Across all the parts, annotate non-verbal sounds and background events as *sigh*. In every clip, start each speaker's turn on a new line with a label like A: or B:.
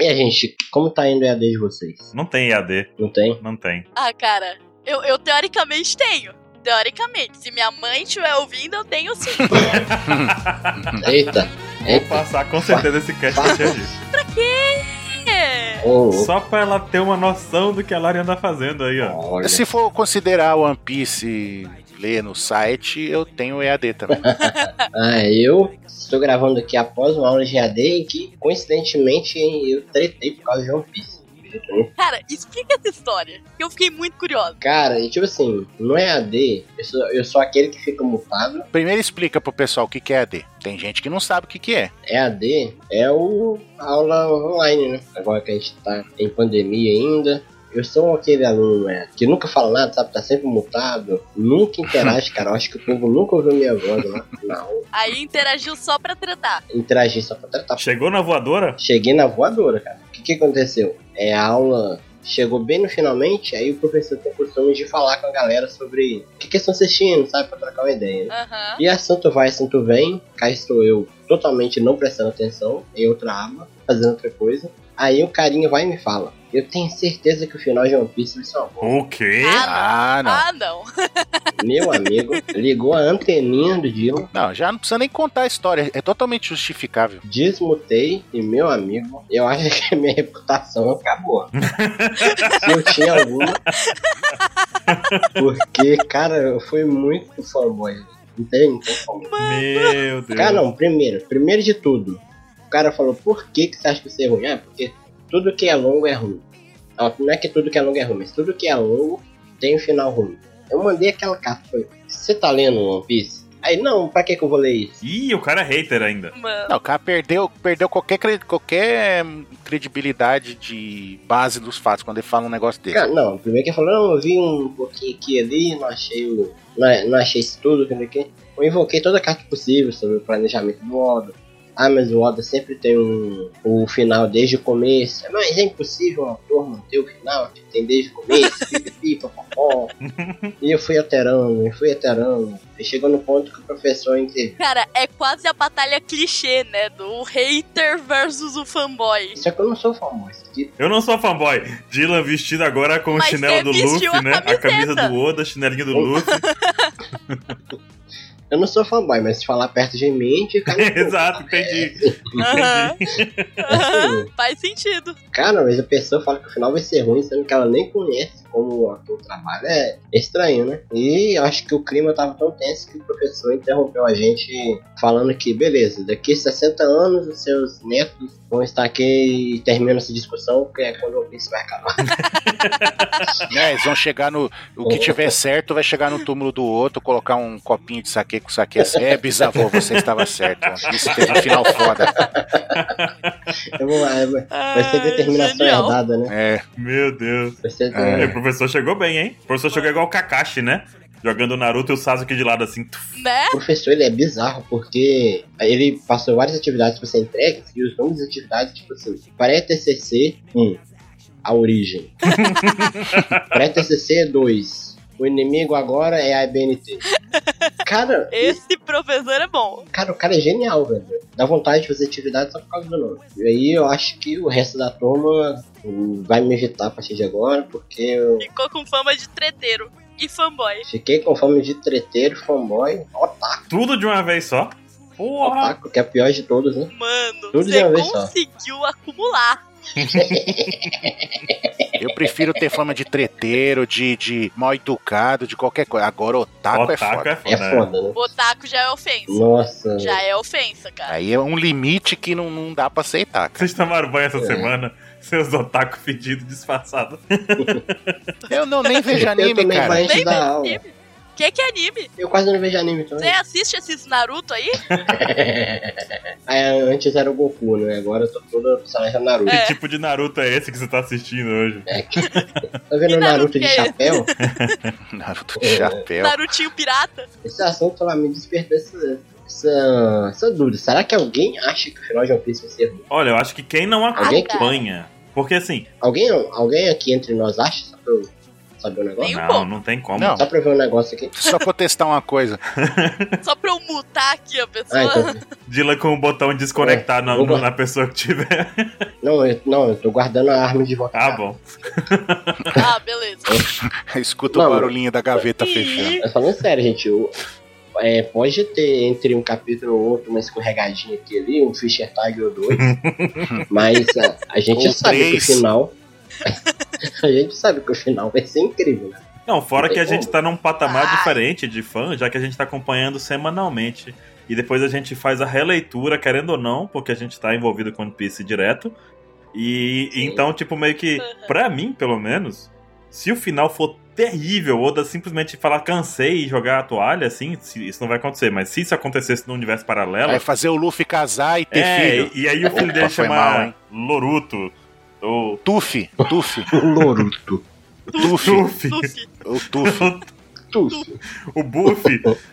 A: E a gente, como tá indo o EAD de vocês?
B: Não tem EAD,
A: Não tem?
B: não tem.
C: Ah, cara, eu, eu teoricamente tenho. Teoricamente. Se minha mãe estiver ouvindo, eu tenho sim.
A: Eita!
B: Vou
A: Eita!
B: passar com certeza esse cast pra tia Gi.
C: É.
A: Ô, ô,
B: Só pra ela ter uma noção do que a Lari anda fazendo aí, ó.
A: olha.
D: Se for considerar One Piece ler no site, eu tenho
A: *laughs*
D: EAD também.
A: Ah, eu estou gravando aqui após uma aula de EAD em que, coincidentemente, eu tretei por causa de One Piece.
C: Cara, explica essa história. Que eu fiquei muito curiosa.
A: Cara, e tipo assim, no EAD, eu sou, eu sou aquele que fica mutado.
D: Primeiro explica pro pessoal o que que é EAD. Tem gente que não sabe o que que é.
A: EAD é o a aula online, né? Agora que a gente tá em pandemia ainda. Eu sou aquele aluno né, que nunca fala nada, sabe? Tá sempre mutado, nunca interage, cara. Eu acho que o povo nunca ouviu minha voz lá. Não,
C: Aí interagiu só pra tretar.
A: interagir só pra tratar.
B: Chegou na voadora?
A: Cheguei na voadora, cara. O que, que aconteceu? É, a aula chegou bem no finalmente, aí o professor tem o costume de falar com a galera sobre o que, que estão assistindo, sabe? Pra trocar uma ideia, né?
C: Aham.
A: E assunto vai, assunto vem. Cá estou eu totalmente não prestando atenção em outra aba, fazendo outra coisa. Aí o carinha vai e me fala: Eu tenho certeza que o final de One Piece vai ser uma boa.
B: O quê?
C: Ah,
D: Ah, não.
C: Ah, não.
A: Meu amigo ligou a anteninha do Dylan,
D: Não, já não precisa nem contar a história. É totalmente justificável.
A: desmutei e, meu amigo, eu acho que a minha reputação acabou. Se eu tinha alguma. Porque, cara, eu fui muito fanboy. Não tem, não tem como.
B: Meu Deus.
A: Cara, não, primeiro, primeiro de tudo, o cara falou, por que, que você acha que isso é ruim? Ah, porque tudo que é longo é ruim. Não, não é que tudo que é longo é ruim, mas tudo que é longo tem um final ruim. Eu mandei aquela carta, falei, você tá lendo One Piece? Aí, não, pra que que eu vou ler isso?
B: Ih, o cara é hater ainda.
C: Mano.
D: Não, o cara perdeu, perdeu qualquer, cre- qualquer credibilidade de base dos fatos quando ele fala um negócio desse.
A: Cara, não, primeiro que ele falou, não, eu vi um pouquinho aqui e ali, não achei o. Não, não achei isso tudo, que não sei o quê. Eu invoquei toda a carta possível sobre o planejamento do Oda. Ah, mas o Oda sempre tem um, o final desde o começo. Mas é impossível um autor manter o final que tem desde o começo. *laughs* pipipi, popopó. e eu fui alterando, e fui alterando. E chegou no ponto que o professor entendeu.
C: Cara, é quase a batalha clichê, né? Do hater versus o fanboy.
A: Só que eu não sou tipo, famoso. Que
B: Eu não sou fanboy. Dylan vestido agora com
C: Mas
B: o chinelo
C: você
B: do Luffy,
C: vestiu a
B: né? A camisa
C: camiseta.
B: do Oda, chinelinho do Luffy.
A: eu não sou fanboy, mas se falar perto de mim, fica.
B: Exato, entendi.
C: Aham. Aham.
A: Assim.
C: Faz sentido.
A: Cara, mas a pessoa fala que o final vai ser ruim, sendo que ela nem conhece como o ator trabalha. É estranho, né? E eu acho que o clima tava tão tenso que o professor interrompeu a gente falando que, beleza, daqui 60 anos os seus netos vão estar aqui e terminam essa discussão, que é quando o Piece vai acabar.
D: Né, eles vão chegar no. O que tiver certo vai chegar no túmulo do outro, colocar um copinho de saque com saque. É, bisavô, você estava certo. Isso teve um final foda.
A: Então, vamos lá, vai- vai ser
C: Ai,
A: determinação
C: Ah, genial.
A: herdada, né?
D: É,
B: Meu Deus.
A: Vai ser
B: É,
A: determinação.
B: o professor chegou bem, hein? O professor chegou igual o Kakashi, né? Jogando o Naruto e o Sasuke de lado assim. tuf.
C: Né?
A: O professor ele é bizarro porque ele passou várias atividades pra ser entregue e os nomes das atividades, tipo assim, pré-TCC 1, a origem. pré-TCC 2, o inimigo agora é a IBNT. Cara,
C: *laughs* Esse professor é bom.
A: cara, o cara é genial, velho. Dá vontade de fazer atividade só por causa do nome. E aí eu acho que o resto da turma hum, vai me evitar a partir de agora porque eu
C: Ficou com fama de treteiro e fanboy.
A: fiquei com fome de treteiro, fanboy, otaku,
B: Tudo de uma vez só. Porra!
A: otaku, que é a pior de todos, né?
C: Mano,
A: Tudo de
C: você
A: uma vez só.
C: conseguiu acumular.
D: eu prefiro ter fama de treteiro, de, de mal educado, de qualquer coisa. Agora otaku, é
B: Otaku
D: foda.
B: é
A: É
B: foda. né?
A: foda, né?
C: Otaku já é ofensa.
A: Nossa.
C: Já é ofensa, cara.
D: Aí é um limite que não, não dá pra aceitar, cara.
B: Vocês tomaram banho essa
A: É.
B: semana? Seus otaku fedidos disfarçados.
C: É.
D: Eu não nem vejo
A: eu
D: anime,
A: também
D: cara.
A: vai antes
C: Nem
A: da aula.
C: anime. Que que é anime?
A: Eu quase não vejo anime então,
C: Você
A: também.
C: assiste esses
A: *laughs*
C: Naruto aí?
A: Aí, antes era o Goku, né? Agora eu tô todo personagem do Naruto. *laughs*
C: É.
B: Que tipo de Naruto é esse que você tá assistindo hoje?
A: É. Tá vendo
C: Que
A: o Naruto
C: Naruto
A: de
C: é esse?
A: chapéu?
D: Naruto de chapéu.
C: Narutinho pirata?
A: Esse assunto lá me despertou essa, essa, essa dúvida. Será que alguém acha que o final de One Piece vai ser ruim?
B: Olha, eu acho que quem não
A: Alguém que-
B: acompanha. Porque assim,
A: Alguém, alguém aqui entre nós acha? Só pra eu saber o negócio?
C: Nem um
B: Não,
C: pouco.
B: não tem como.
D: Não.
A: Só pra ver o negócio aqui.
D: Só pra eu testar uma coisa. *laughs*
C: Só pra eu mutar aqui a pessoa.
A: Ah, então.
B: Dila com o botão desconectar na,
A: vou
B: na-
A: guardar.
B: na pessoa que tiver.
A: Não eu, não, eu tô guardando a arma de volta.
B: Ah, bom.
A: então.
C: *laughs* Ah, beleza.
D: Escuta
A: Não,
D: o barulhinho da gaveta
C: Ih.
D: fechando.
A: Mas falando sério, gente, eu, é, pode ter entre um capítulo ou outro uma escorregadinha aqui e ali, um Fischer Tag ou
D: *laughs*
A: dois. mas a, a gente
D: Ou
A: já sabe
D: três.
A: que o final. *laughs* a gente sabe que o final vai ser incrível, né?
B: Não, fora que a
A: Não tem
B: gente tá num patamar
C: Ai.
B: diferente de fã, já que a gente tá acompanhando semanalmente. E depois a gente faz a releitura, querendo ou não, porque a gente tá envolvido com One Piece direto. E, e
A: Sim.
B: então, tipo, meio que,
C: Uhum.
B: pra mim, pelo menos, se o final for terrível, Oda simplesmente falar cansei e jogar a toalha, assim, se- isso não vai acontecer. Mas se isso acontecesse no universo paralelo, é,
D: Vai fazer o Luffy casar É, e ter filho.
B: e e aí o filho dele
D: Opa, foi
B: chamar
D: mal, hein?
B: Loruto. Ou
D: Tufi, Tufi,
A: Loruto.
D: Tufi,
B: Tufi.
C: Luffy.
D: o Tufi,
A: Tudo.
B: *laughs* o Buff.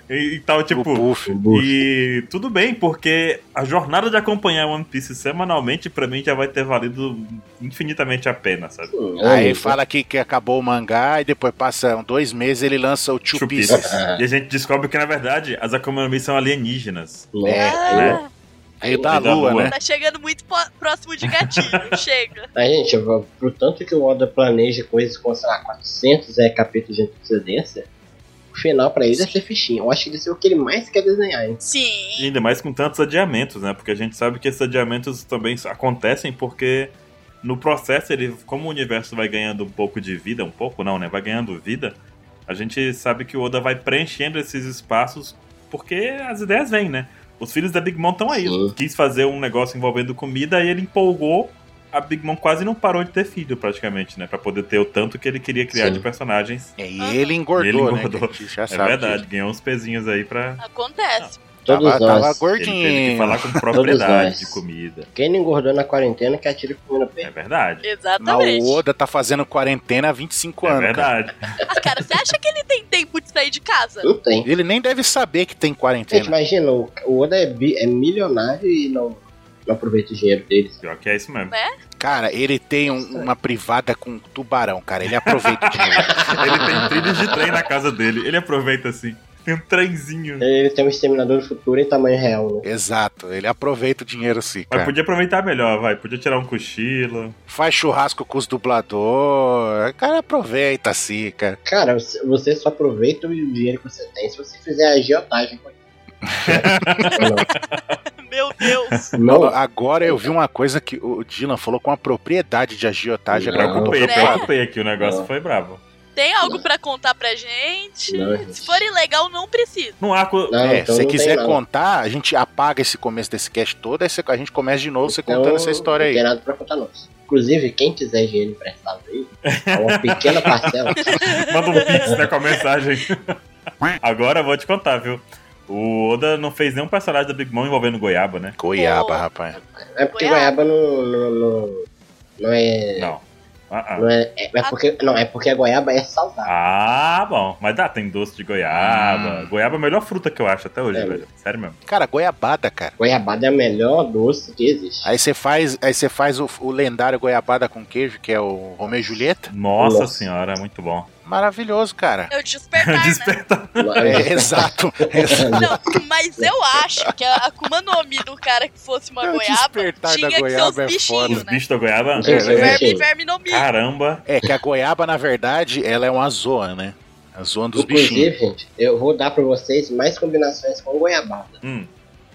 B: e, e tal,
D: o
B: tipo.
D: Puff.
B: E tudo bem, porque a jornada de acompanhar One Piece semanalmente, pra mim, já vai ter valido infinitamente a pena, sabe?
A: Hum, *laughs*
D: Aí fala que, que acabou o mangá e depois passam dois meses ele lança o Two
B: Chupices.
D: Pieces.
B: E a gente descobre que, na verdade, as Akumamis são alienígenas.
A: *laughs* É,
C: Ah,
D: Aí o da
B: E da
D: lua,
B: lua.
D: né?
C: tá chegando muito po- próximo de
A: *laughs*
C: gatinho. Chega.
A: A gente, eu- pro tanto que o Oda planeja coisas com, sei lá, 400 é, capítulos de antecedência, o final pra eles é ser fichinha. Eu acho que isso é o que ele mais quer desenhar, hein?
B: E
C: Sim.
B: ainda mais com tantos adiamentos, né? Porque a gente sabe que esses adiamentos também acontecem porque no processo, ele, como o universo vai ganhando um pouco de vida, um pouco não, né? Vai ganhando vida, a gente sabe que o Oda vai preenchendo esses espaços porque as ideias vêm, né? Os filhos da Big Mom estão aí.
A: Sim.
B: Quis fazer um negócio envolvendo comida e ele empolgou. A Big Mom quase não parou de ter filho, praticamente, né? Pra poder ter o tanto que ele queria criar
A: Sim.
B: de personagens.
D: É, E ele engordou,
B: Ele
D: né?
B: engordou.
D: que a gente já
B: É
D: sabe
B: verdade, ganhou uns pezinhos aí pra.
C: Acontece.
D: que
A: Todos
D: Tava, tava
A: nós.
B: Ele teve que
D: gordinho.
B: falar com propriedade
A: nós.
B: de comida.
A: Quem não engordou na quarentena que atira comida pra
B: É verdade.
D: Mas
C: Exatamente.
D: o Oda tá fazendo quarentena há 25
B: É
D: anos. cara.
B: verdade.
C: Ah, cara, você acha que ele tem tempo de sair de casa?
A: Não tem.
D: Ele nem deve saber que tem
A: Gente,
D: quarentena.
A: imagina, o o Oda é, bi- é milionário e não, não aproveita o dinheiro deles.
B: Pior que é isso mesmo.
D: Cara, ele tem um- uma privada com tubarão, cara. Ele aproveita o dinheiro.
A: *laughs*
B: Ele tem trilhos de trem na casa dele. Ele aproveita assim. Tem um trenzinho.
A: Ele tem um exterminador do futuro em tamanho real, né?
D: Exato, ele aproveita o dinheiro assim,
B: Mas
D: cara.
B: podia aproveitar melhor, vai. Podia tirar um cochilo.
D: Faz churrasco com os dublador. O cara aproveita assim, cara.
A: Cara, você- você só aproveita o dinheiro que você tem se você fizer a agiotagem. com
D: *laughs*
A: ele.
C: Meu Deus.
A: não, não,
D: Agora eu vi uma coisa que o Dylan falou com a propriedade de agiotagem.
B: Me
D: Agora que eu tô
B: preocupei,
C: Né?
D: preocupado.
B: preocupei aqui. O negócio
A: Não.
B: foi bravo.
C: Tem algo pra contar pra gente?
A: Não, gente.
C: Se for ilegal, não precisa.
B: No arco.
A: não,
D: É,
A: então
D: se
A: não tem
D: quiser
A: nada.
D: contar, a gente apaga esse começo desse cast todo, aí você- a gente começa de novo você
A: Então,
D: contando essa história
A: Não tem
D: aí.
A: nada pra contar, não. Inclusive, quem quiser dinheiro emprestado aí, é uma pequena parcela.
B: Manda um pix, né? Com a
A: *laughs*
B: mensagem. Agora eu vou te contar, viu? O Oda não fez nenhum personagem da Big Mom envolvendo goiaba, né?
D: Goiaba,
C: Pô.
D: rapaz.
A: É porque
C: Goiaba.
A: goiaba não, não, não, não é.
B: Não. Ah,
A: Não é, é, é porque, não, é porque a goiaba é saudável.
B: ah. ah, bom. Mas dá, tem doce de goiaba.
D: Hum.
B: Goiaba é a melhor fruta que eu acho até hoje,
A: É.
B: velho. Sério mesmo.
D: Cara, goiabada, cara.
A: Goiabada é o melhor doce que
B: *laughs*
A: existe.
D: Aí você faz, aí você faz o, o lendário goiabada com queijo, que é o Romeu e Julieta.
B: Nossa,
A: Nossa.
B: senhora, muito bom.
D: Maravilhoso, cara.
B: *laughs*
C: Eu despertar, né?
B: Despertar.
D: É, *laughs* exato.
C: Não, mas eu acho que a Akuma no Mi do cara que fosse uma
D: É, o
C: goiaba
D: despertar da
C: tinha que ser
D: goiaba
C: os
D: é
B: Os
C: bichinhos, né?
B: bichos da goiaba.
A: Tinha que ser os
D: É.
C: Verme,
A: bichinhos.
C: verme no Mi.
B: Caramba.
D: É que a goiaba, na verdade, ela é uma zoa, né? A zoa dos bichinhos.
A: Inclusive, gente, eu vou dar pra vocês mais combinações com goiabada,
B: Hum.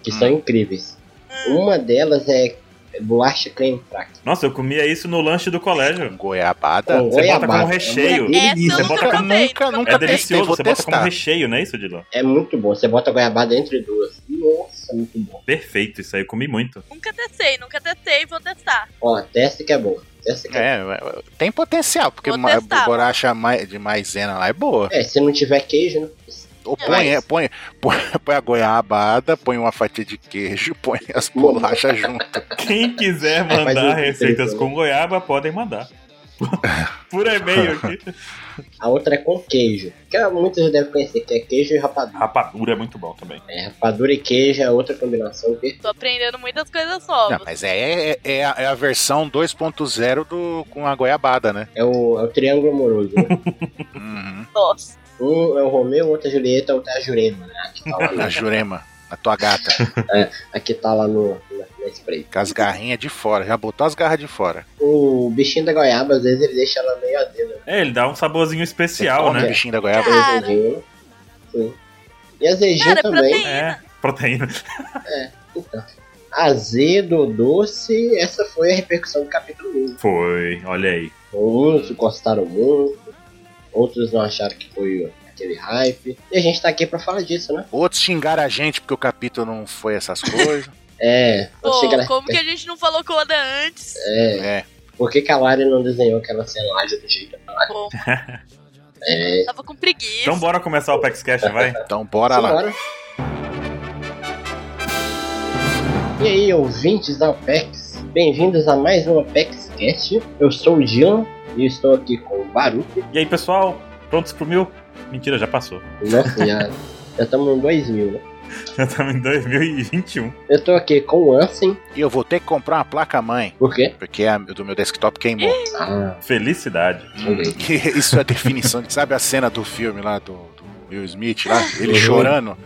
A: que são incríveis.
C: Hum.
A: Uma delas é bolacha creme fraca.
B: Nossa, eu comia isso no lanche do colégio.
D: Goiabada?
A: Com
B: Tá, Você bota
A: goiabada.
B: como recheio.
A: É, uma
C: Essa
A: delícia.
C: eu nunca
D: Nunca,
C: provei.
D: nunca, nunca
B: É
D: testei,
B: delicioso,
D: vou
B: você bota como
D: testar.
B: recheio, não é isso, Dilon?
A: É muito bom. Você bota goiabada entre duas. Nossa, muito bom.
B: Perfeito, isso aí eu comi muito.
C: Nunca testei, nunca testei, vou testar.
A: Ó, testa que é bom. Testa que é,
D: É, tem potencial, porque
C: Vou
D: ma-
C: testar.
D: borracha ma- de maisena lá é boa.
A: bom. É, se não tiver queijo, não precisa.
D: Ou põe,
A: mas-
D: é, põe, põe, *laughs* põe a goiabada, põe uma fatia de queijo, *laughs* põe
A: *laughs*
D: as bolachas junto. *laughs* É,
B: Quem quiser
A: Mas
B: mandar
A: eu-
B: receitas com goiaba, podem mandar. por e-mail aqui.
D: *laughs*
A: A outra é com queijo. Que é- muitos devem conhecer, que é queijo e rapadura.
B: Rapadura é muito bom também.
A: É, rapadura e queijo é outra combinação que
C: Tô aprendendo muitas coisas
D: Não,
C: novas.
D: mas é, é, é a, é a versão 2.0 do com a goiabada, né?
A: é o, é o triângulo amoroso. né?
D: Uhum.
C: Nossa.
A: um é o Romeu, outro é a Julieta, outro é a Jurema, né? Aqui tá
D: A *laughs*
A: lá,
D: Jurema, a tua gata,
A: aqui tá lá no, na, na spray.
D: com as garrinhas de fora. Já botou as garras de fora.
A: O bichinho da goiaba, às vezes ele deixa ela meio azeda.
B: É, ele dá um saborzinho
D: Você
B: especial,
D: come o
B: né?
D: bichinho da goiaba.
C: Cara.
A: Azedinho. né? Sim. E azedinho
C: Cara,
A: também.
C: proteína.
B: É, proteína.
A: Azedo, doce, essa foi a repercussão do capítulo 1.
B: Foi, olha aí.
A: Uns gostaram muito, outros não acharam que foi aquele hype. E a gente tá aqui pra falar disso, né?
D: Outros xingaram a gente porque o capítulo não foi essas coisas.
A: É,
C: Pô,
A: chega na-
C: como que a gente não falou Coda antes?
A: é,
D: é.
A: por que, que a Lari não desenhou aquela selagem do jeito?
C: Pô,
A: É,
C: tava com preguiça.
B: Então bora começar o PEX Cash, vai?
D: Então bora lá.
A: simbora. E aí, ouvintes da Apex, bem-vindos a mais um Apex Cast. Eu sou o Dylan e estou aqui com o Baru.
B: E aí, pessoal? Prontos pro mil? Mentira, já passou. *laughs*
A: Nossa, já estamos em 2000, né?
B: Já estamos em 2021.
A: Eu tô aqui com o Ansem,
D: E eu vou ter que comprar uma placa mãe,
A: por quê?
D: porque a do meu desktop queimou.
A: Ah,
B: Felicidade.
A: ok.
D: Isso é a definição. de- Sabe a cena do filme lá do, do Will Smith lá? Ele
A: Uhum.
D: chorando.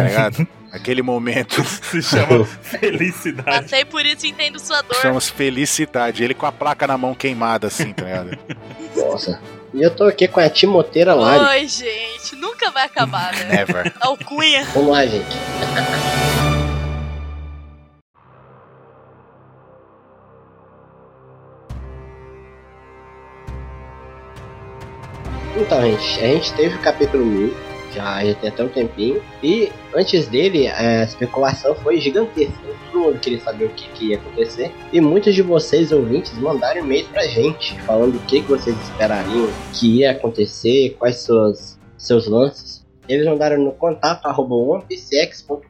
A: *laughs*
D: ligado? Aquele momento.
B: Se chama felicidade.
C: Passei por isso e entendo sua dor.
D: Chamamos felicidade. Ele com a placa na mão queimada, assim, tá ligado?
A: *laughs* Nossa. E eu tô aqui com a Timoteira Lari.
C: Oi, gente. Nunca vai acabar,
D: *laughs*
C: né?
D: Never.
C: Alcunha.
A: Vamos lá, gente. Então, gente, a gente teve o capítulo 1000, já, já tem até um tempinho. E antes dele, a especulação foi gigantesca. Todo mundo queria saber o que, que ia acontecer. E muitos de vocês, ouvintes, mandaram e-mail pra gente, falando o que, que vocês esperariam que ia acontecer, quais suas, seus lances. Eles mandaram no contato arroba onepicex.com.br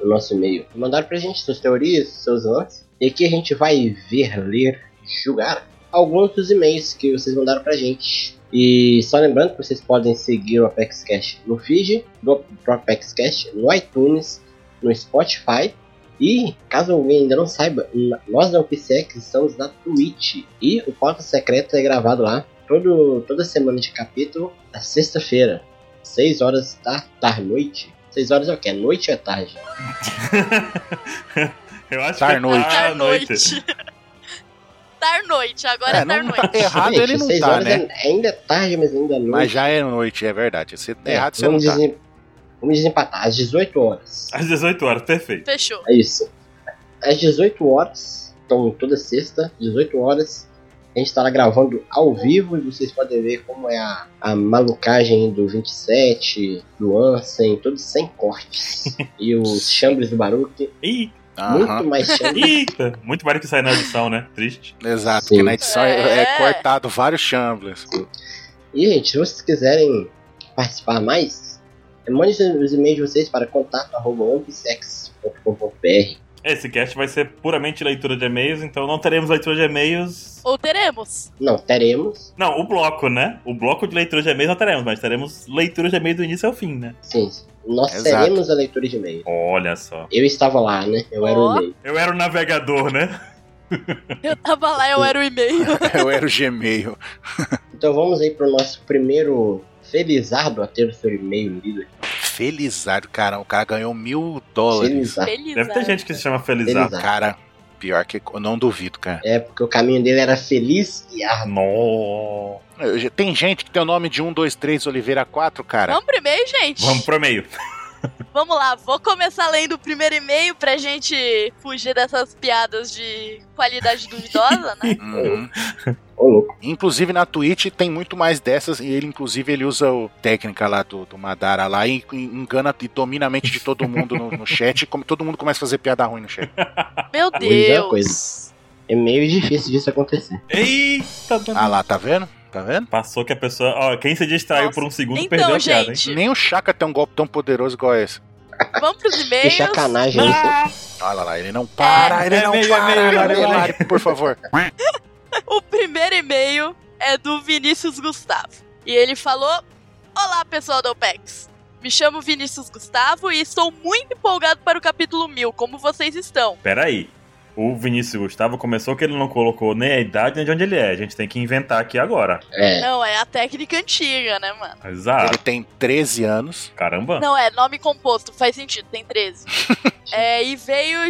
A: o nosso e-mail. Mandaram pra gente suas teorias, seus lances. E aqui a gente vai ver, ler, julgar alguns dos e-mails que vocês mandaram pra gente. E só lembrando que vocês podem seguir o Apex Cash no feed, do pro Apex Cash, no iTunes, no Spotify. E, caso alguém ainda não saiba, n- nós da UPSEC estamos na Twitch. E o Pauta Secreta é gravado lá todo, toda semana de capítulo, na sexta-feira. 6 horas da tarde, noite. 6 horas é o quê? Noite ou é tarde?
B: Eu acho
D: Tá
B: que
D: à noite.
B: tá à
C: Tar noite. *laughs* Tar noite, agora
D: É,
C: é tar
D: não tá
C: noite.
D: errado,
A: Gente,
D: ele não
A: seis
D: tá,
A: horas
D: né?
A: é- ainda é tarde, mas ainda é noite.
D: Mas já é noite, é verdade. Você tá
A: É,
D: errado, você não
A: vamos,
D: tá.
A: desem- vamos desempatar. Às 18 horas.
B: Às 18 horas, perfeito.
C: Fechou.
A: É isso. Às 18 horas, então toda sexta, 18 horas, a gente estará gravando ao vivo e vocês podem ver como é a, a malucagem do 27, do Ansem, todos sem
D: *laughs*
A: cortes. e os chambres do Baruque,
B: Ih,
D: Aham.
A: muito mais chambres.
B: Eita! Muito barulho que sai na edição, né? Triste.
D: Exato,
A: Sim.
D: porque na edição é, é
C: É.
D: cortado vários chamblers. *laughs*
A: E, gente, se vocês quiserem participar mais, mande os e-mails de vocês para contato.ompisex.com.br.
B: Esse cast vai ser puramente leitura de e-mails, então não teremos leitura de e-mails.
C: Ou teremos.
A: Não, teremos.
B: Não, o bloco, né? O bloco de leitura de e-mails não teremos, mas teremos leitura de e-mails do início ao fim, né?
A: Sim, nós
D: Exato.
A: teremos a leitura de e-mail.
B: Olha só.
A: Eu estava lá, né? Eu era o
C: Ó.
A: e-mail.
B: Eu era o navegador, né?
C: Eu tava lá, eu era o e-mail.
A: *laughs*
D: Eu era o Gmail.
A: Então vamos aí para o nosso primeiro felizardo a ter o seu e-mail lido. aqui.
D: Felizardo, cara. O cara ganhou mil dólares.
A: Felizardo.
C: Feliz.
B: Deve ter
C: né?
B: gente que se chama Felizardo.
A: Felizardo.
D: Cara, pior que eu não duvido, cara.
A: É, porque o caminho dele era feliz e ardo.
B: Nó.
D: Eu já- Tem gente que tem o nome de 1, 2, 3, Oliveira 4, cara.
C: Vamos pro e-mail, gente?
B: Vamos pro meio.
C: Vamos lá, vou começar lendo o primeiro e-mail pra gente fugir dessas piadas de qualidade duvidosa,
B: *laughs*
C: né?
D: Uhum.
A: Ô, louco.
D: Inclusive na Twitch tem muito mais dessas. E ele, inclusive, ele usa o técnica lá do, do Madara lá e e engana e domina a mente de todo mundo no, no chat. e Como todo mundo começa a fazer piada ruim no chat.
C: Meu
A: Pois é,
C: Deus.
A: É meio difícil disso acontecer.
B: Eita,
D: Ah
B: dona.
D: lá, tá vendo? Tá vendo?
B: Passou que a pessoa. Ó, quem se distraiu
C: Nossa.
B: por um segundo
C: Então,
B: perdeu a piada, hein?
C: gente,
D: Nem o Chaka tem um golpe tão poderoso igual esse.
C: vamos pros
A: Que
C: e-mails.
A: sacanagem. hein?
B: Ah!
D: Olha lá, ele não para, ele
B: é
D: não
B: meio, é
D: para.
B: meio,
D: Lari,
B: Lari,
D: Lari, por favor.
C: O primeiro e-mail é do Vinícius Gustavo. E ele falou: Olá, pessoal do OPEX. Me chamo Vinícius Gustavo e estou muito empolgado para o capítulo 1000. Como vocês estão?
B: Peraí. O Vinícius Gustavo começou que ele não colocou nem a idade nem de onde ele é. A gente tem que inventar aqui agora.
A: É.
C: Não, é a técnica antiga, né, mano?
B: Exato.
D: Ele tem 13 anos.
B: Caramba.
C: Não, é nome composto, faz sentido, tem 13. é, e veio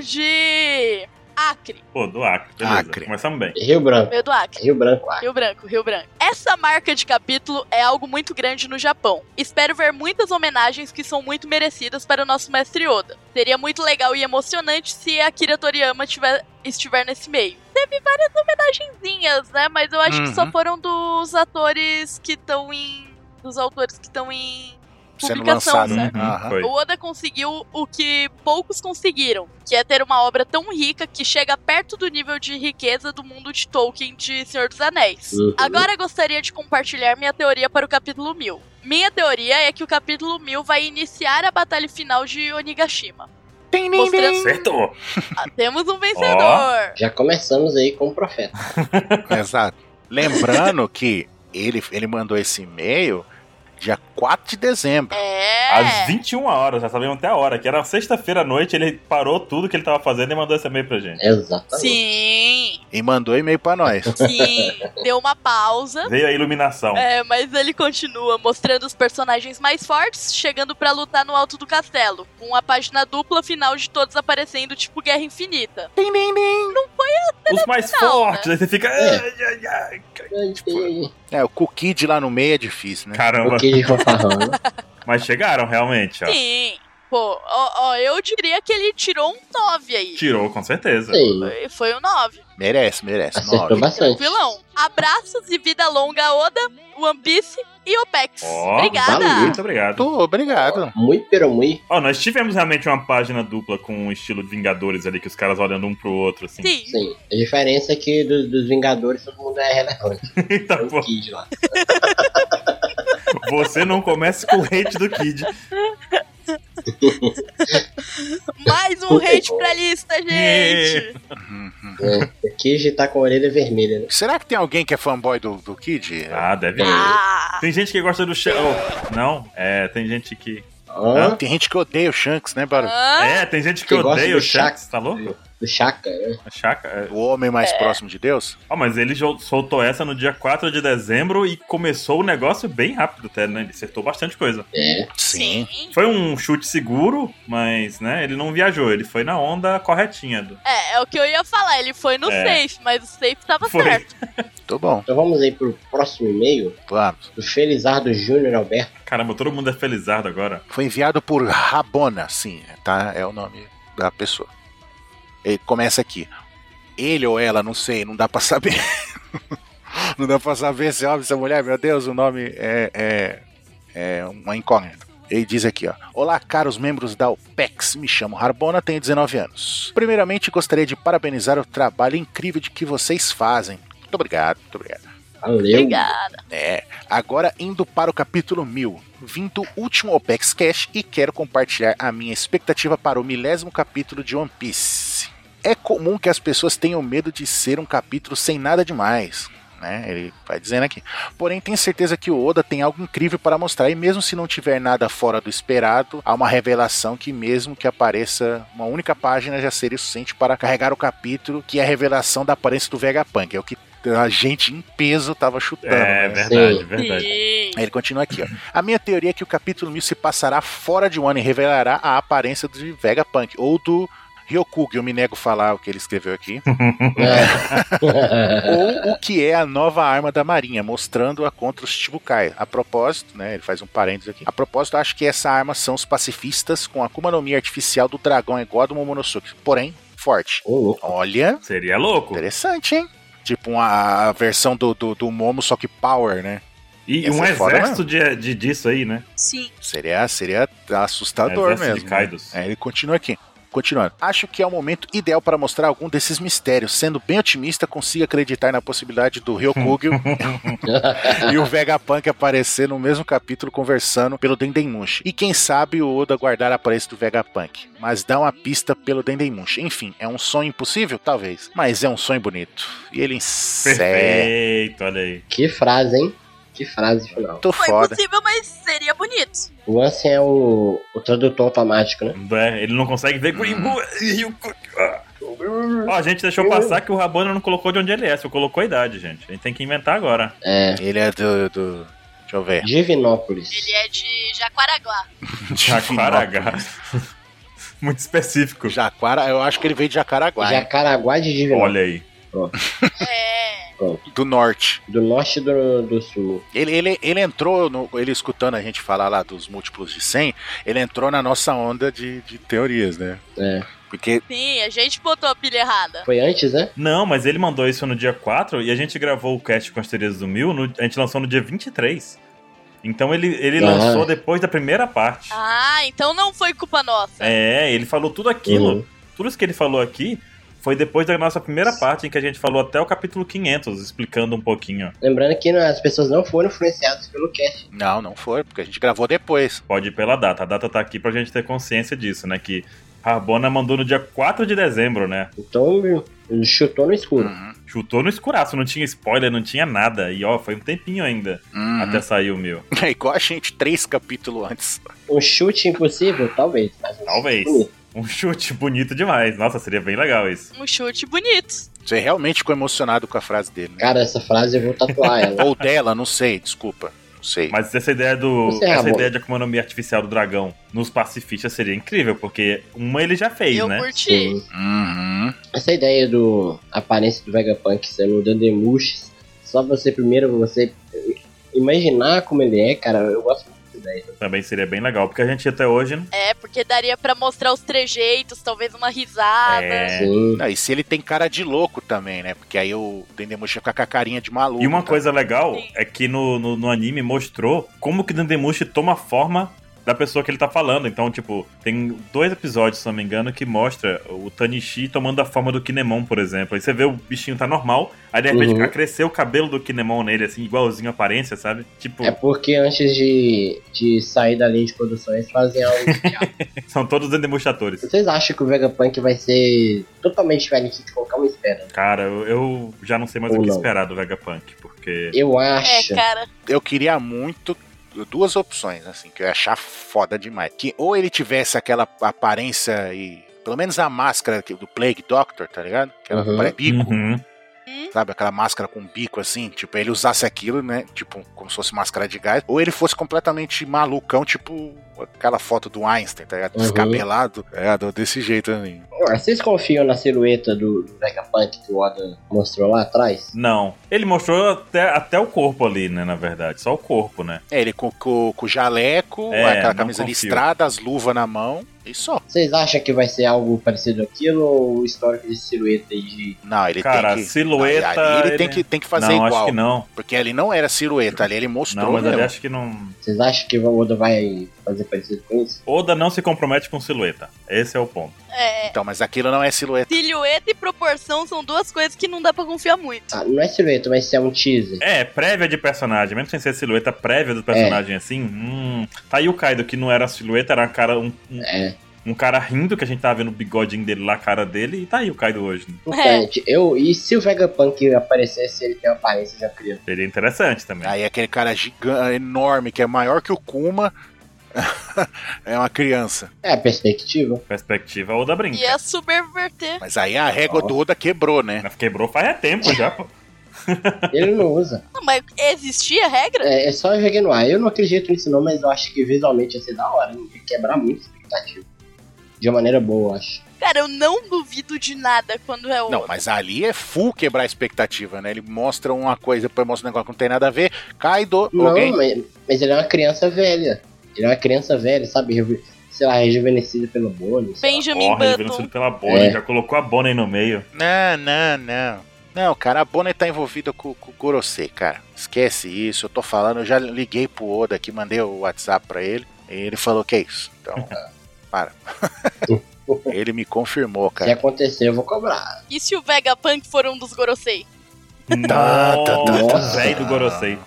C: de Acre,
B: Pô, do Acre. Beleza.
D: Acre.
B: Começamos bem.
A: Rio Branco.
C: veio do Acre.
A: Rio Branco, ah.
C: Rio Branco, Rio Branco. Essa marca de capítulo é algo muito grande no Japão. Espero ver muitas homenagens que são muito merecidas para o nosso mestre Oda. Seria muito legal e emocionante se Akira Toriyama tiver- estiver nesse meio. Teve várias homenagenzinhas, né? Mas eu acho que só
D: Uhum.
C: foram dos atores que estão em. dos autores que estão em.
D: Sendo
C: Publicação,
D: lançado, né?
C: certo?
B: Uhum,
D: Aham.
B: Foi.
C: O Oda conseguiu o que poucos conseguiram, que é ter uma obra tão rica que chega perto do nível de riqueza do mundo de Tolkien de Senhor dos Anéis.
A: Uhum.
C: Agora gostaria de compartilhar minha teoria para o capítulo 1000. Minha teoria é que o capítulo 1000 vai iniciar a batalha final de Onigashima.
D: Tim, tim,
C: Mostrando-
D: tim.
B: Acertou.
C: Ah, *laughs* temos um vencedor!
A: Já começamos aí com o profeta.
D: Exato. Lembrando que ele, ele mandou esse e-mail dia 4 de dezembro.
C: É!
B: Às 21 horas, já sabíamos até a hora, que era sexta-feira à noite, ele parou tudo que ele tava fazendo e mandou esse e-mail pra gente.
A: Exatamente.
C: Sim,
D: E mandou e-mail pra
A: *laughs*
D: nós.
C: sim. Deu uma pausa.
B: Veio a iluminação.
C: É, mas ele continua mostrando os personagens mais fortes, chegando pra lutar no alto do castelo, com a página dupla final de todos aparecendo, tipo Guerra Infinita.
D: Tim, tim, tim.
B: Os mais
C: não, né?
B: fortes, aí você fica.
A: É.
B: "Ai, ai, ai".
D: É, o Kukid lá no meio é difícil, né?
B: Caramba.
A: O que de fanfarrão, né?
B: Mas chegaram realmente, ó.
C: Sim. Pô, ó, ó, eu diria que ele tirou um 9 aí.
B: Tirou, com certeza.
C: *laughs*
A: Sim,
C: Foi- Foi um 9.
D: Merece, merece.
A: acertou
D: Nove.
A: bastante.
C: Tranquilão. Abraços e vida longa, Oda, One Piece e Opex.
B: Ó, então.
C: Obrigada.
A: valeu.
B: Muito obrigado.
D: Tô, obrigado.
A: Muito pero muito.
B: Ó, nós tivemos realmente uma página dupla com um estilo de Vingadores ali, que os caras olhando um pro outro, assim. *laughs*
C: Sim.
A: Sim. A diferença é que do- dos Vingadores todo mundo é relevante.
B: Eita,
A: Tem
B: pô,
A: o Kid lá.
B: você não começa com o hate do Kid.
C: Mais um hate pra lista, gente.
D: Uhum.
A: O Kid tá com a orelha vermelha, né?
D: Será que tem alguém que é fanboy do, do Kid?
B: Ah, deve.
C: Ah,
B: Tem gente que gosta do Shanks. não, é, tem gente que.
A: Hã?
D: Tem gente que odeia o Shanks, né, Baru?
C: hã?
B: É, tem gente que,
A: Que gosta
B: odeia
A: do
B: o Shanks, tá louco?
A: Do Chaka, né?
B: A Chaka. é.
D: O homem mais próximo de Deus?
B: Ó, mas ele jo- soltou essa no dia 4 de dezembro e começou o negócio bem rápido, até, né? Ele acertou bastante coisa.
A: É.
C: Sim.
B: Foi um chute seguro, mas, né, ele não viajou, ele foi na onda corretinha. Do...
C: É, é o que eu ia falar, ele foi no
B: É.
C: safe, mas o safe tava
B: Foi.
C: certo.
D: Tô bom.
A: Então vamos aí pro próximo e-mail
D: Vamos.
A: do Felizardo Júnior Alberto.
B: Caramba, todo mundo é felizardo agora.
D: Foi enviado por Rabona, sim, tá? É o nome da pessoa. Ele começa aqui. Ele ou ela, não sei, não dá pra saber. *laughs* não dá pra saber se é homem, se é mulher, meu Deus, o nome é, é, é uma incógnita. Ele diz aqui, ó. Olá, caros membros da OPEX. Me chamo Rabona, tenho 19 anos. Primeiramente, gostaria de parabenizar o trabalho incrível de que vocês fazem. Muito obrigado, muito obrigado.
A: Valeu.
C: Obrigada.
D: É, agora indo para o capítulo 1000. Vim do último OPEX Cash e quero compartilhar a minha expectativa para o milésimo capítulo de One Piece. É comum que as pessoas tenham medo de ser um capítulo sem nada demais, né? Ele vai dizendo aqui. Porém, tenho certeza que o Oda tem algo incrível para mostrar, e mesmo se não tiver nada fora do esperado, há uma revelação que, mesmo que apareça uma única página, já seria o suficiente para carregar o capítulo, que é a revelação da aparência do Vegapunk. É o que a gente em peso tava chutando.
B: É,
D: né?
B: verdade,
A: Sim.
B: verdade.
C: Sim.
D: Aí ele continua aqui, ó. A minha teoria é que o capítulo 1000 se passará fora de um ano e revelará a aparência do Vegapunk, ou do Ryokugi, eu me nego a falar o que ele escreveu aqui,
A: É.
D: ou o que é a nova arma da marinha, mostrando-a contra os Chibukai. A propósito, né, ele faz um parênteses aqui, a propósito, acho que essa arma são os pacifistas com a Akuma no Mi artificial do dragão é igual a do Momonosuke, porém, forte.
A: *laughs* Ô, louco.
D: Olha,
B: *laughs* Seria louco.
D: interessante, hein? Tipo uma a versão do, do, do Momo, só que power, né?
B: E
D: Ia
B: um
D: ser foda
B: exército de, de- disso aí, né?
D: é
C: Sim.
D: Seria, seria assustador
B: Exército de
D: mesmo. né?
B: Kaidos.
D: É, ele continua aqui. Continuando. Acho que é o momento ideal para mostrar algum desses mistérios. Sendo bem otimista, consigo acreditar na possibilidade do Ryokugyu *laughs* e o Vegapunk aparecer no mesmo capítulo conversando pelo Dendemushi. E quem sabe o Oda guardar a aparência do Vegapunk. Mas dá uma pista pelo Dendemushi. Enfim, é um sonho impossível? Talvez. Mas é um sonho bonito. E ele encerra.
B: Perfeito, olha aí.
A: Que frase, hein? Que frase final.
D: Tô
C: Foi
D: foda.
C: impossível, mas seria bonito.
A: O Ansem é o, o tradutor automático, né?
B: É, ele não consegue ver.
D: Hum.
B: Grimbu- Ah. Ó, a gente deixou passar que o Rabona não colocou de onde ele é, só colocou a idade, gente. A gente tem que inventar
D: *laughs*
B: agora.
A: É.
D: Ele é do, do- Deixa eu ver.
A: Divinópolis.
C: Ele é de Jaquaraguá.
B: Tá Jacaragá. *laughs* Muito específico.
D: Jaquara, eu acho que ele veio de Jacaraguá, hein?
A: Jacaraguá de Divinópolis.
B: Olha aí.
C: É.
D: do norte.
A: Do norte e do, do sul.
D: Ele, ele, ele entrou, no- ele escutando a gente falar lá dos múltiplos de 100, ele entrou na nossa onda de, de teorias, né?
A: É.
D: Porque
C: Sim, a gente botou a pilha errada.
A: Foi antes, né?
B: Não, mas ele mandou isso no dia 4 e a gente gravou o cast com as teorias do Mil, no- a gente lançou no dia 23. Então ele, ele
A: Ah.
B: lançou depois da primeira parte.
C: Ah, então não foi culpa nossa.
B: É, ele falou tudo aquilo.
A: Uhum.
B: Tudo isso que ele falou aqui foi depois da nossa primeira parte, em que a gente falou até o capítulo 500, explicando um pouquinho.
A: Lembrando que as pessoas não foram influenciadas pelo cast.
D: não, não foi, porque a gente gravou depois.
B: Pode ir pela data. A data tá aqui pra gente ter consciência disso, né? Que Rabona mandou no dia 4 de dezembro, né?
A: Então, ele chutou no
B: Hum.
A: escuro.
D: Uhum,
B: Chutou no escuraço, não tinha spoiler, não tinha nada. E ó, foi um tempinho ainda
D: uhum.
B: até sair o meu.
D: É igual a gente três capítulos antes.
A: Um chute impossível? Talvez. Mas um
B: Talvez.
A: chute bonito.
B: Um chute bonito demais. Nossa, seria bem legal isso.
C: Um chute bonito.
D: Você realmente ficou emocionado com a frase dele, né?
A: Cara, essa frase eu vou tatuar
B: *laughs*
A: ela.
D: Ou dela, não sei, desculpa. Não sei.
B: Mas essa ideia do.
A: Você é
B: essa
A: Rabona.
B: ideia de Akuma no Mi artificial do dragão nos pacifistas seria incrível, porque uma ele já fez,
C: Eu
B: né?
C: curti.
D: Uhum.
A: Essa ideia do a aparência do Vegapunk sendo o Dandemush, só você primeiro você imaginar como ele é, cara, eu gosto muito dessa ideia.
B: Também seria bem legal, porque a gente até hoje.
C: É, porque daria pra mostrar os trejeitos, talvez uma risada.
B: é,
A: Sim.
D: Ah, e se ele tem cara de louco também, né? Porque aí o Dendemushi fica com a carinha de maluco.
B: E uma
D: tá?
B: coisa legal
C: Sim.
B: é que no, no, no anime mostrou como que Dandemushi toma a forma da pessoa que ele tá falando. Então, tipo, tem dois episódios, se não me engano, que mostra o Tanishi tomando a forma do Kinemon, por exemplo. Aí você vê o bichinho tá normal, aí de repente
A: Uhum.
B: cresceu o cabelo do Kinemon nele, assim, igualzinho a aparência, sabe? Tipo,
A: É porque antes de, de sair da linha de produção, eles fazem
B: *laughs*
A: algo especial.
B: *laughs* são todos Dandemushi atores.
A: Vocês acham que o Vegapunk vai ser totalmente diferente de qualquer um espera?
B: Cara, eu, eu já não sei mais
A: Ou
B: o que
A: não.
B: esperar do Vegapunk, porque.
A: Eu
C: É,
A: acho.
C: cara.
D: eu queria muito duas opções, assim, que eu ia achar foda demais. Que ou ele tivesse aquela aparência e pelo menos a máscara que- do Plague Doctor, tá ligado? Aquela
A: Uhum.
D: pare- bico,
B: Uhum.
D: sabe? Aquela máscara com bico assim, tipo, ele usasse aquilo, né? Tipo, como se fosse máscara de gás. Ou ele fosse completamente malucão, tipo aquela foto do Einstein, tá ligado?
A: Uhum.
D: Descabelado, tá ligado? Desse jeito, assim.
A: Ué, Vocês confiam na silhueta do, do Vegapunk que o Oda mostrou lá atrás?
B: Não. Ele mostrou até, até o corpo ali, né? Na verdade. Só o corpo, né?
D: É, ele com, com, com o jaleco,
B: É,
D: aquela
B: não
D: camisa
B: confio.
D: listrada, as luvas na mão, e só.
A: Vocês acham que vai ser algo parecido aquilo ou o histórico de silhueta e de
D: Não, ele
B: Cara,
D: tem que...
B: silhueta.
D: Aí, aí ele, Tem, que, tem que fazer
B: não,
D: igual.
B: acho que não.
D: Porque ali não era silhueta, ali ele mostrou.
B: Não, mas ali
D: mesmo.
B: acho que não.
A: Vocês acham que o Oda vai fazer parecido com isso?
B: Oda não se compromete com silhueta. Esse é o ponto.
C: É.
D: Então, mas aquilo não é silhueta.
C: Silhueta e proporção são duas coisas que não dá pra confiar muito.
A: Ah, não é silhueta, mas é um teaser.
B: É, prévia de personagem. Mesmo sem ser silhueta prévia
D: É.
B: do personagem assim. Hum. Tá aí o Kaido, que não era silhueta, era um cara, um, um,
A: É.
B: um cara rindo, que a gente tava vendo o bigodinho dele lá, a cara dele. E tá aí o Kaido hoje. né?
A: Importante. Então, Eu, e se o Vegapunk aparecesse, ele tem uma aparência de uma criança?
B: Seria interessante também.
D: Aí aquele cara gigante, enorme, que é maior que o Kuma, *laughs* é uma criança.
A: É a perspectiva.
B: Perspectiva Oda brinca.
C: Ia é subverter.
D: Mas aí a régua do Oda quebrou, né?
B: Mas quebrou faz é tempo já, pô.
A: Ele não
C: *laughs*
A: usa.
C: Não, mas existia regra?
A: É, é só eu joguei no ar. Eu não acredito nisso não, mas eu acho que visualmente ia ser da hora. né? Ia quebrar muito a expectativa. De uma maneira boa, eu acho.
D: É.
C: Cara, eu não duvido de nada quando é o.
D: Não, mas ali é full quebrar a expectativa, né? Ele mostra uma coisa, depois mostra um negócio que não tem nada a ver, cai do
A: Não,
D: alguém.
A: mas, mas ele é uma criança velha. Ele é uma criança velha, sabe? Reju- Sei lá, rejuvenescida pelo bônus.
C: Benjamin
B: Porra, ele veio
C: Button.
B: lançado pela Bonnie,
A: É.
B: já colocou a Bonnie no meio.
D: Não, não, não. Não, cara, a Bonnie tá envolvida com, com o Gorosei, cara. Esquece isso, eu tô falando, eu já liguei pro Oda *laughs* aqui, mandei o WhatsApp pra ele, e ele falou que é isso. Então, para. ah, Ele me confirmou,
A: Se
D: cara.
A: acontecer, eu vou cobrar.
C: E se o Vegapunk for um dos Gorosei?
D: Tá, tá, tá,
B: Nossa,
A: tá.
B: velho do Gorosei.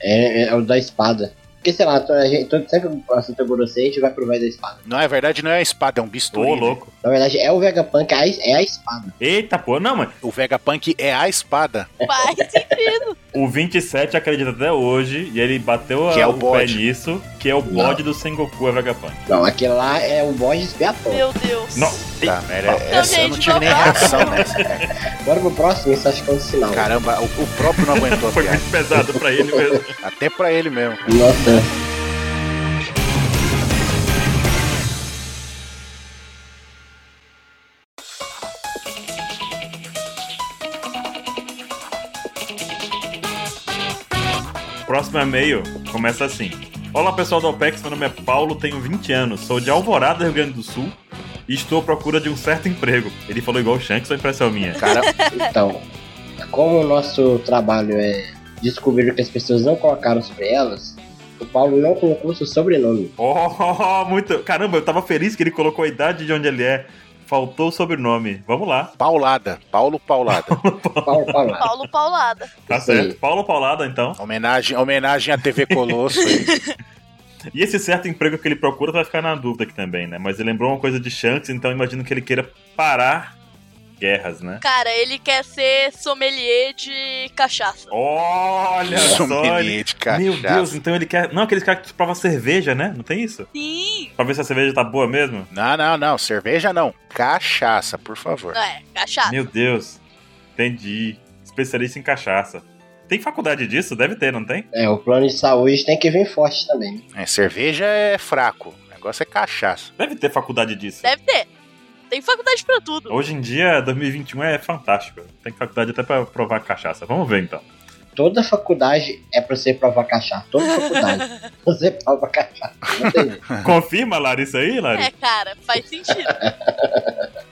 A: É, é, é o da espada. Porque, sei lá, to- a gente, todo, sempre que passa o Gorosei, a gente vai pro velho da espada.
D: Não, é verdade, não é a espada, é um
B: Ô,
D: bisturi. velho.
B: louco.
A: Na verdade, é o Vegapunk, é a, es- é a espada.
B: Eita, pô. Não, mas
D: O Vegapunk é a espada.
C: Faz sentido.
B: o 27 acredita até hoje e ele bateu
D: Que
B: a-
D: é o
B: pé
D: bode.
B: nisso, que é o bode do Sengoku, é Vegapunk.
A: Não, aquele lá é o bode expiatório.
C: Meu Deus.
B: Não.
D: Tá, era,
C: Então,
D: essa eu não
C: gente,
D: tive nem
C: vamos lá.
D: reação né? nessa.
A: Bora pro próximo, isso acho que é um sinal.
D: *laughs* Caramba, o, o próprio não aguentou é a
B: Foi
D: piada.
B: muito pesado pra ele mesmo. *laughs*
D: Até pra ele mesmo.
A: Nossa,
B: Próximo e-mail começa assim. Olá pessoal do OPEX, meu nome é Paulo, tenho 20 anos, sou de Alvorada, Rio Grande do Sul e estou à procura de um certo emprego. Ele falou igual o Shanks, ou é impressão minha?
D: *laughs* Cara,
A: então, como o nosso trabalho é descobrir o que as pessoas não colocaram sobre elas, o Paulo não colocou seu sobrenome.
B: Oh, muito. Caramba, eu tava feliz que ele colocou a idade de onde ele é. Faltou o sobrenome. Vamos lá.
D: paulada. Paulo Paulada.
B: *laughs*
A: Paulo Paulo.
C: Paulo Paulada.
B: Tá
A: Isso aí.
B: certo. Paulo Paulada, então.
D: Homenagem, homenagem à TV Colosso. aí.
B: E esse certo emprego que ele procura vai ficar na dúvida aqui também, né? Mas ele lembrou uma coisa de Shanks, então imagino que ele queira parar guerras, né?
C: Cara, ele quer ser sommelier de cachaça.
B: Olha só! Ele...
D: Sommelier de é um cachaça.
B: Meu Deus, então ele quer. Não, aqueles caras que provam cerveja, né? Não tem isso?
C: Sim.
B: Pra ver se a cerveja tá boa mesmo?
D: Não, não, não. Cerveja não. Cachaça, por favor.
C: Não é, cachaça.
B: Meu Deus. Entendi. Especialista em cachaça. Tem faculdade disso? Deve ter, não tem?
A: É, o plano de saúde tem que vir forte também. né?
D: É, cerveja é fraco. O negócio é cachaça.
B: Deve ter faculdade disso.
C: Deve ter. Tem faculdade pra tudo.
B: Hoje em dia, 2021 é fantástico. Tem faculdade até pra provar cachaça. Vamos ver então.
A: Toda faculdade é pra você provar cachaça. Toda faculdade. você prova cachaça. Não tem jeito.
B: Confirma, Lara, isso aí, Lara?
C: É, cara, faz sentido.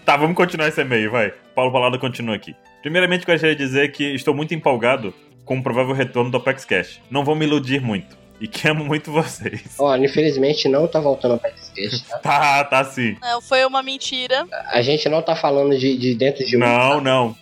B: Tá, vamos continuar esse e-mail, vai. Paulo Balada continua aqui. Primeiramente, gostaria de dizer que estou muito empolgado com o provável retorno do Apex Cash. Não vou me iludir muito. E que amo muito
A: *laughs*
B: vocês.
A: Olha, infelizmente não tá voltando pra sketch, tá?
B: Tá, tá sim.
C: Não, foi uma mentira.
A: A gente não tá falando de, de dentro de um.
B: Não, não.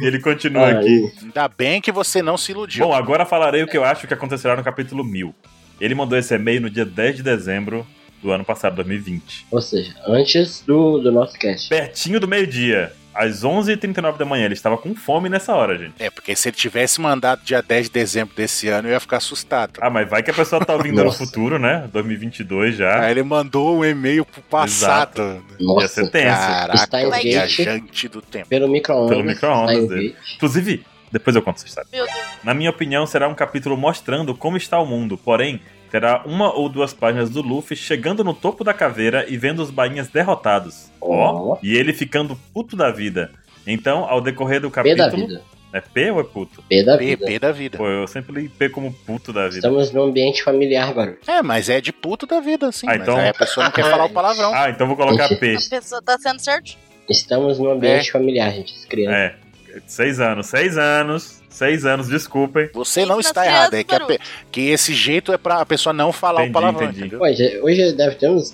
B: e ele continua
A: Olha
B: é aqui.
A: aí.
D: Ainda bem que você não se iludiu.
B: Bom, agora falarei o que eu acho que acontecerá no capítulo 1000. Ele mandou esse e-mail no dia 10 de dezembro do ano passado, 2020.
A: Ou seja, antes do, do nosso cast.
B: Pertinho do meio-dia, às 11h39 da manhã. Ele estava com fome nessa hora, gente.
D: É, porque se ele tivesse mandado dia 10 de dezembro desse ano, eu ia ficar assustado.
B: Ah, mas vai que a pessoa tá ouvindo no
A: Nossa.
B: futuro, né? 2022 já.
D: Aí ele mandou um e-mail pro passado.
B: Ia
A: Nossa,
B: ser tenso.
A: Está
D: Caraca,
A: em
D: o
A: gate.
D: viajante do tempo.
A: pelo micro-ondas. tá
B: Pelo micro-ondas,
A: saiu
B: é.
A: vídeo.
B: Inclusive, depois eu conto essa história.
C: Meu Deus.
B: Na minha opinião, será um capítulo mostrando como está o mundo, porém, terá uma ou duas páginas do Luffy chegando no topo da caveira e vendo os bainhas derrotados. Ó,
A: Ó.
B: e ele ficando puto da vida. Então, ao decorrer do
A: P da
B: capítulo.
A: vida.
B: É P ou é puto?
A: P da vida.
D: PP da vida.
B: Pô, eu sempre li P como puto da vida.
A: Estamos num ambiente familiar, barulho.
D: É, mas é de puto da vida, assim.
B: Ah,
D: mas
B: então-
D: aí a pessoa não quer falar o palavrão.
B: Ah, então vou colocar P.
C: A pessoa tá sendo certo?
A: Estamos num ambiente familiar, gente. As crianças.
B: É. Seis anos, seis anos, seis anos, desculpem.
D: Você não
C: Isso
D: está
C: tá
D: errado, é
C: certo,
D: que, a
C: Baruch.
D: pe- que esse jeito é pra a pessoa não falar
B: Entendi,
D: o palavrão,
B: entendi.
D: entendeu?
A: Hoje, hoje deve ter uns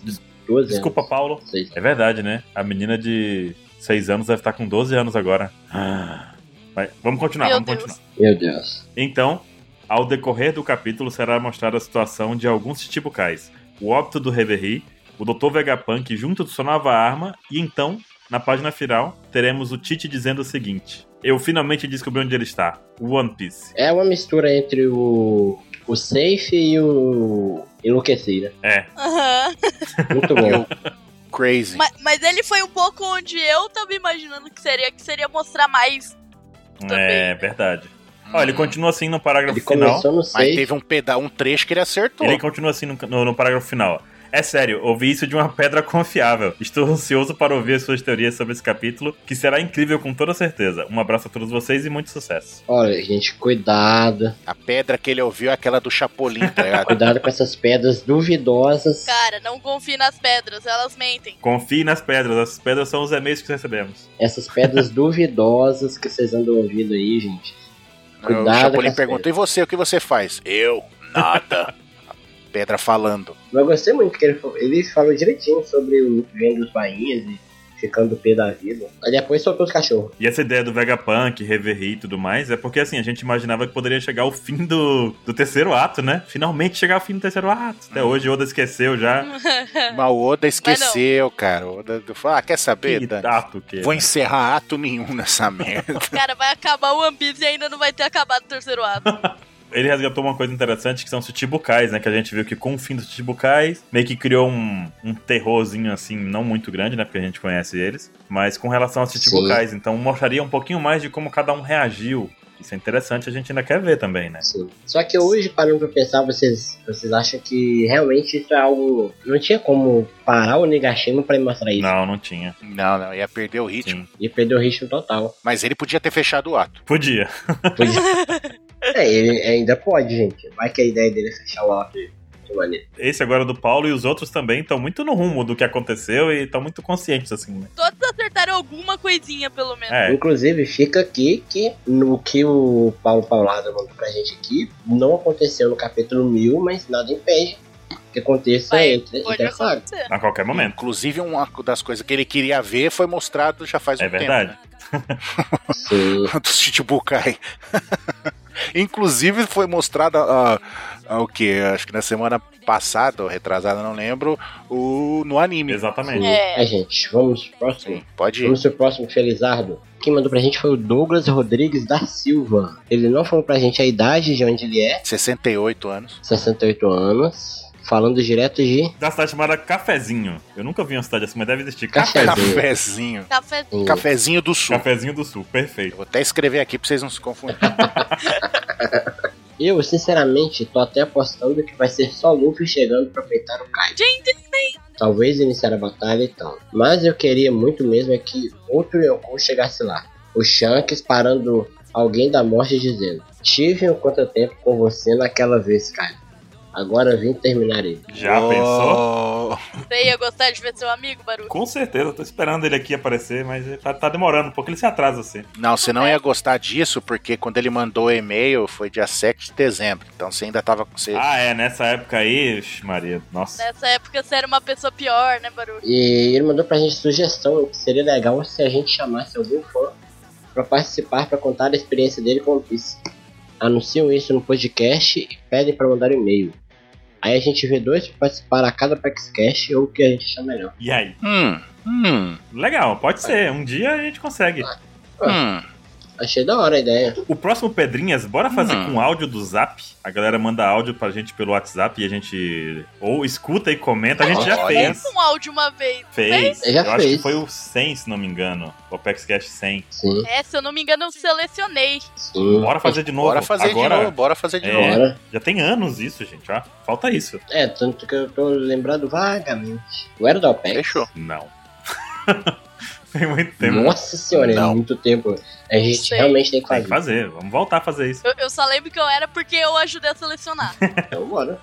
A: 12
B: É. Desculpa,
A: anos.
B: Paulo.
A: Não sei.
B: É verdade, né? A menina de 6 anos deve estar com 12 anos agora. *gasps* Ah. Mas vamos continuar,
C: Meu
B: vamos
C: Deus.
B: continuar.
A: Meu Deus.
B: Então, ao decorrer do capítulo será mostrada a situação de alguns Chichibukais. O óbito do Reverie, o Dr. Vegapunk junto do Sonava Arma e então, na página final, teremos o Tite dizendo o seguinte. Eu finalmente descobri onde ele está. O One Piece.
A: É uma mistura entre o, o Safe e o Enlouquecida.
B: É,
C: Aham.
A: Muito
D: Eu- *laughs*
A: bom.
D: Crazy.
C: Mas, mas ele foi um pouco onde eu tava imaginando que seria, que seria mostrar mais.
B: é
C: Também. Uhum.
B: verdade. Ó, ele continua assim no parágrafo
A: Ele
B: final.
A: começou no
D: Mas
A: Safe.
D: teve um, peda um trecho que ele acertou.
B: Ele continua assim no, no- no parágrafo final. É sério, ouvi isso de uma pedra confiável. Estou ansioso para ouvir as suas teorias sobre esse capítulo, que será incrível com toda certeza. Um abraço a todos vocês e muito sucesso.
A: Olha, gente, cuidado.
D: A pedra que ele ouviu é aquela do Chapolin, tá
A: *laughs*
D: ligado?
A: Cuidado com essas pedras duvidosas.
C: Cara, não confie nas pedras, elas mentem.
B: Confie nas pedras, as pedras são os e-mails que recebemos.
A: Essas pedras duvidosas que vocês andam ouvindo aí, gente.
D: o
A: Cuidado com
D: Chapolin
A: as
D: perguntou, e você, o que você faz? Eu, nada. pedra falando.
A: Mas eu gostei muito que ele, fa- ele falou direitinho sobre o que vem dos bainhas e ficando pé da vida. Aí depois soltou os cachorros.
B: E essa ideia do Vegapunk, Reverie e tudo mais, é porque assim, a gente imaginava que poderia chegar o fim do, do terceiro ato, né? Finalmente chegar ao fim do terceiro ato. Até hoje o Oda esqueceu já.
D: Mas o Oda esqueceu, cara. O Oda falou, ah, quer saber,
B: Que
D: Dan?
B: ato que é, né?
D: Vou encerrar ato nenhum nessa *laughs* merda.
C: Cara, vai acabar o One Piece e ainda não vai ter acabado o terceiro ato.
B: Ele resgatou uma coisa interessante que são os Chichibukais, né? Que a gente viu que com o fim dos Chichibukais, meio que criou um, um terrorzinho assim, não muito grande, né? Porque a gente conhece eles. Mas com relação aos Chichibukais, então mostraria um pouquinho mais de como cada um reagiu. Isso é interessante, a gente ainda quer ver também, né?
A: Sim. assim. Só que hoje, parando pra pensar, vocês, vocês acham que realmente isso é algo. Não tinha como parar o Nigashima pra ele mostrar isso.
B: Não, não tinha.
D: Não, não, ia perder o ritmo.
B: Sim.
A: E perdeu o ritmo total.
D: Mas ele podia ter fechado o ato.
B: Podia.
C: *laughs*
A: é, ele ainda pode, gente. Vai que a ideia dele é fechar o ato de de maneira.
B: Esse agora é do Paulo e os outros também estão muito no rumo do que aconteceu e estão muito conscientes, assim, né?
C: Todos acertaram alguma coisinha, pelo menos.
B: É,
A: Inclusive, fica aqui que no que o Paulo Paulada mandou pra gente aqui, não aconteceu no capítulo 1000, mas nada impede que aconteça
C: Vai,
A: entre,
C: Pode
A: entre a saga.
C: acontecer.
B: a qualquer momento.
D: Inclusive, uma das coisas que ele queria ver foi mostrado já faz
B: É
D: um tempo.
B: verdade.
D: né?
A: Sim.
D: Dos Chichibukai. *laughs* Inclusive, foi mostrado ah, ah, o que? Acho que na semana passada, ou retrasada, não lembro, o, no anime.
B: Exatamente.
A: É.
C: É.
A: gente, vamos pro próximo.
D: Sim, pode ir.
A: Vamos pro próximo, Felizardo. Quem mandou pra gente foi o Douglas Rodrigues da Silva. Ele não falou pra gente a idade de onde ele é,
D: 68 anos.
A: 68 anos. Falando direto de.
B: Da cidade chamada Cafezinho. Eu nunca vi uma cidade assim, mas deve existir.
A: Cafezinho.
B: Cafezinho.
D: Cafezinho.
C: Café.
D: Cafezinho do Sul.
B: Cafezinho do Sul, perfeito.
D: Eu vou até escrever aqui pra vocês não se confundirem.
A: Eu, sinceramente, tô até apostando que vai ser só Luffy chegando pra peitar o Kaido.
C: Gente,
A: Talvez iniciar a batalha e tal. Mas eu queria muito mesmo é que outro Yonkou chegasse lá. O Shanks parando alguém da morte e dizendo: Tive um contratempo com você naquela vez, Kaido. Agora vim terminar ele.
B: *laughs* Já
D: Oh,
B: pensou?
C: você ia gostar de ver seu amigo, Baru?
B: Com certeza, eu tô esperando ele aqui aparecer, mas ele tá, tá demorando um pouco, ele se atrasa assim.
D: Não, você não ia gostar disso, porque quando ele mandou o e-mail foi dia 7 de dezembro. Então você ainda tava com você.
B: Ah, é, nessa época aí, ixi, Maria, nossa.
C: Nessa época você era uma pessoa pior, né, Baru?
A: E ele mandou pra gente sugestão que seria legal se a gente chamasse algum fã pra participar, pra contar a experiência dele com o Piece. Anunciam isso no podcast e pedem pra mandar um e-mail. Aí a gente vê dois pra participar a cada PaxCast ou o que a gente achar melhor.
B: E aí?
D: Hum, hum,
B: Legal, pode ser, um dia a gente consegue. Ah,
D: hum.
A: Achei da hora a ideia.
B: O próximo Pedrinhas, bora fazer
D: Hum.
B: com áudio do Zap. A galera manda áudio pra gente pelo WhatsApp e a gente ou escuta e comenta. A gente já
D: Olha.
B: fez.
C: Um áudio uma vez.
B: Fez.
A: Eu já
B: Eu acho que
A: fiz.
B: foi o 100, se não me engano. O Apex Cash 100.
A: Sim,
C: É, se eu não me engano, eu selecionei.
A: sim.
B: Bora fazer de novo.
D: Bora fazer
B: Agora,
D: de novo, bora fazer de
B: É.
D: novo.
A: Bora.
B: Já tem anos isso, gente. Ó. Falta isso.
A: É, tanto que eu tô lembrado vagamente. Eu era da
B: é.
A: OPEX.
D: Fechou.
B: Não. *laughs* tem muito tempo.
A: Nossa senhora, é
D: Não.
A: muito tempo. A gente
C: Sei.
A: realmente tem que
B: Tem
A: fazer.
B: que fazer. Vamos voltar a fazer isso.
C: Eu, eu só lembro que eu era porque eu ajudei a selecionar.
A: Então bora.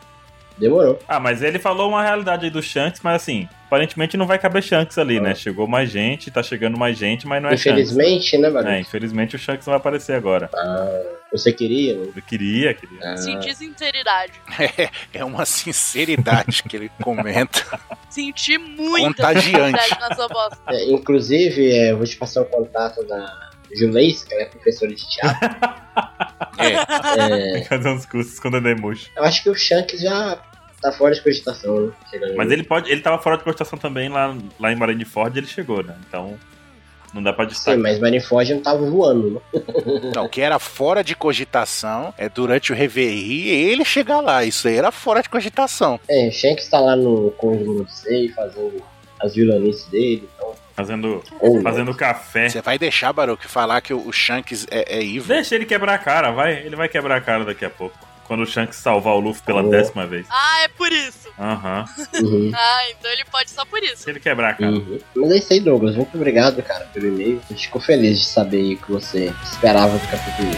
A: Demorou.
B: Ah, mas ele falou uma realidade aí do Shanks, mas assim, aparentemente não vai caber Shanks ali, né? Chegou mais gente, tá chegando mais gente, mas não é
A: Ah. Infelizmente, né,
B: Shanks.
A: mano?
B: É, infelizmente o Shanks não vai aparecer agora.
A: Você queria, né?
B: Eu queria, queria.
C: Senti sinceridade.
D: É uma *laughs* sinceridade que ele comenta.
C: Senti muita
D: Contagiante.
C: sinceridade na sua voz.
A: É, inclusive, é, eu vou te passar o contato da Juleis, que ela é professora de *laughs* teatro.
D: É,
A: É,
B: Tem que fazer uns cursos com o Dedemush.
A: eu acho que o Shanks já tá fora de cogitação, né? Chegando
B: Mas ele pode. Ele tava fora de cotação também lá, lá em Marineford ele chegou, né? Então. Não dá pra
A: Sim,
B: destacar.
A: mas Marineford não tava voando, né?
D: não, o que era fora de cogitação é durante o reverie ele chegar lá. Isso aí era fora de cogitação.
A: É, o Shanks tá lá no Conjuro não sei, fazendo as vilanices dele. Então,
B: Fazendo,
A: ou não.
B: fazendo café.
D: Você vai deixar, Baruque, falar que o o Shanks é, é evil?
B: Deixa ele quebrar a cara, vai. Ele vai quebrar a cara daqui a pouco. Quando o Shanks salvar o Luffy pela
A: Boa.
B: décima vez.
C: Ah, é por isso.
B: Aham.
A: Uhum.
C: Ah, então ele pode só por isso.
B: Deixa ele quebrar a cara.
A: Uhum. Mas é isso aí, Douglas. Muito obrigado, cara, pelo e-mail. A gente ficou feliz de saber aí o que você esperava do capítulo.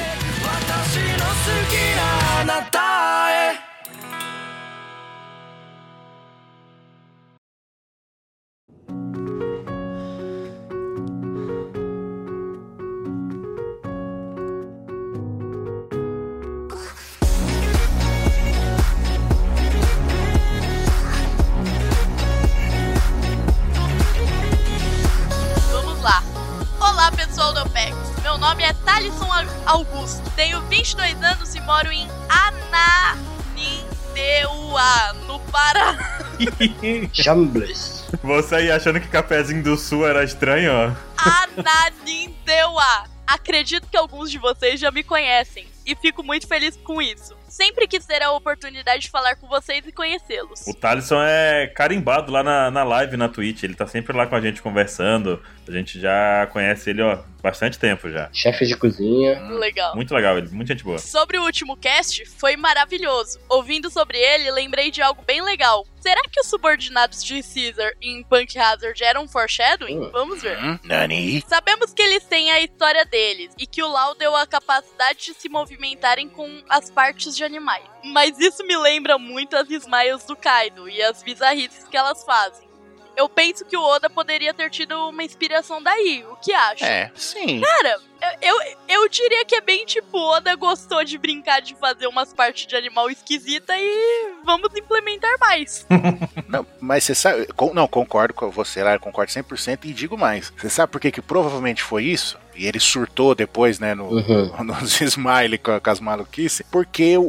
C: Olá, pessoal do OPEX. Meu nome é Thalisson Augusto. Tenho 22 anos e moro em Ananindeua, no Paraná.
A: Hum.
B: *laughs*
A: Chambles.
B: Você aí achando que cafezinho do sul era estranho, ó.
C: Ananindeua. Acredito que alguns de vocês já me conhecem e fico muito feliz com isso. Sempre quis ter a oportunidade de falar com vocês e conhecê-los.
B: O Thalisson é carimbado lá na, na live, na Twitch. Ele tá sempre lá com a gente conversando. A gente já conhece ele, ó, bastante tempo já.
A: *laughs* Chefe de cozinha.
C: Legal.
B: Muito legal ele, muita gente boa.
C: Sobre o último cast, foi maravilhoso. Ouvindo sobre ele, lembrei de algo bem legal. Será que os subordinados de Caesar em Punk Hazard eram foreshadowing?
A: Hum.
C: Vamos ver.
D: Hum, Nani?
C: Sabemos que eles têm a história deles e que o Lau deu a capacidade de se movimentarem com as partes de animais. Mas isso me lembra muito as Smiles do Kaido e as bizarrices que elas fazem. Eu penso que o Oda poderia ter tido uma inspiração daí, o que acha?
D: É, sim.
C: Cara, eu, eu, eu diria que é bem tipo, Oda gostou de brincar de fazer umas partes de animal esquisita e vamos implementar mais.
D: Não, mas você sabe. con- não, concordo com você lá, eu concordo 100% e digo mais. Você sabe por que, que provavelmente foi isso? E ele surtou depois, né, no,
A: Uhum.
D: *laughs* nos smiley com, com as maluquices. Porque o,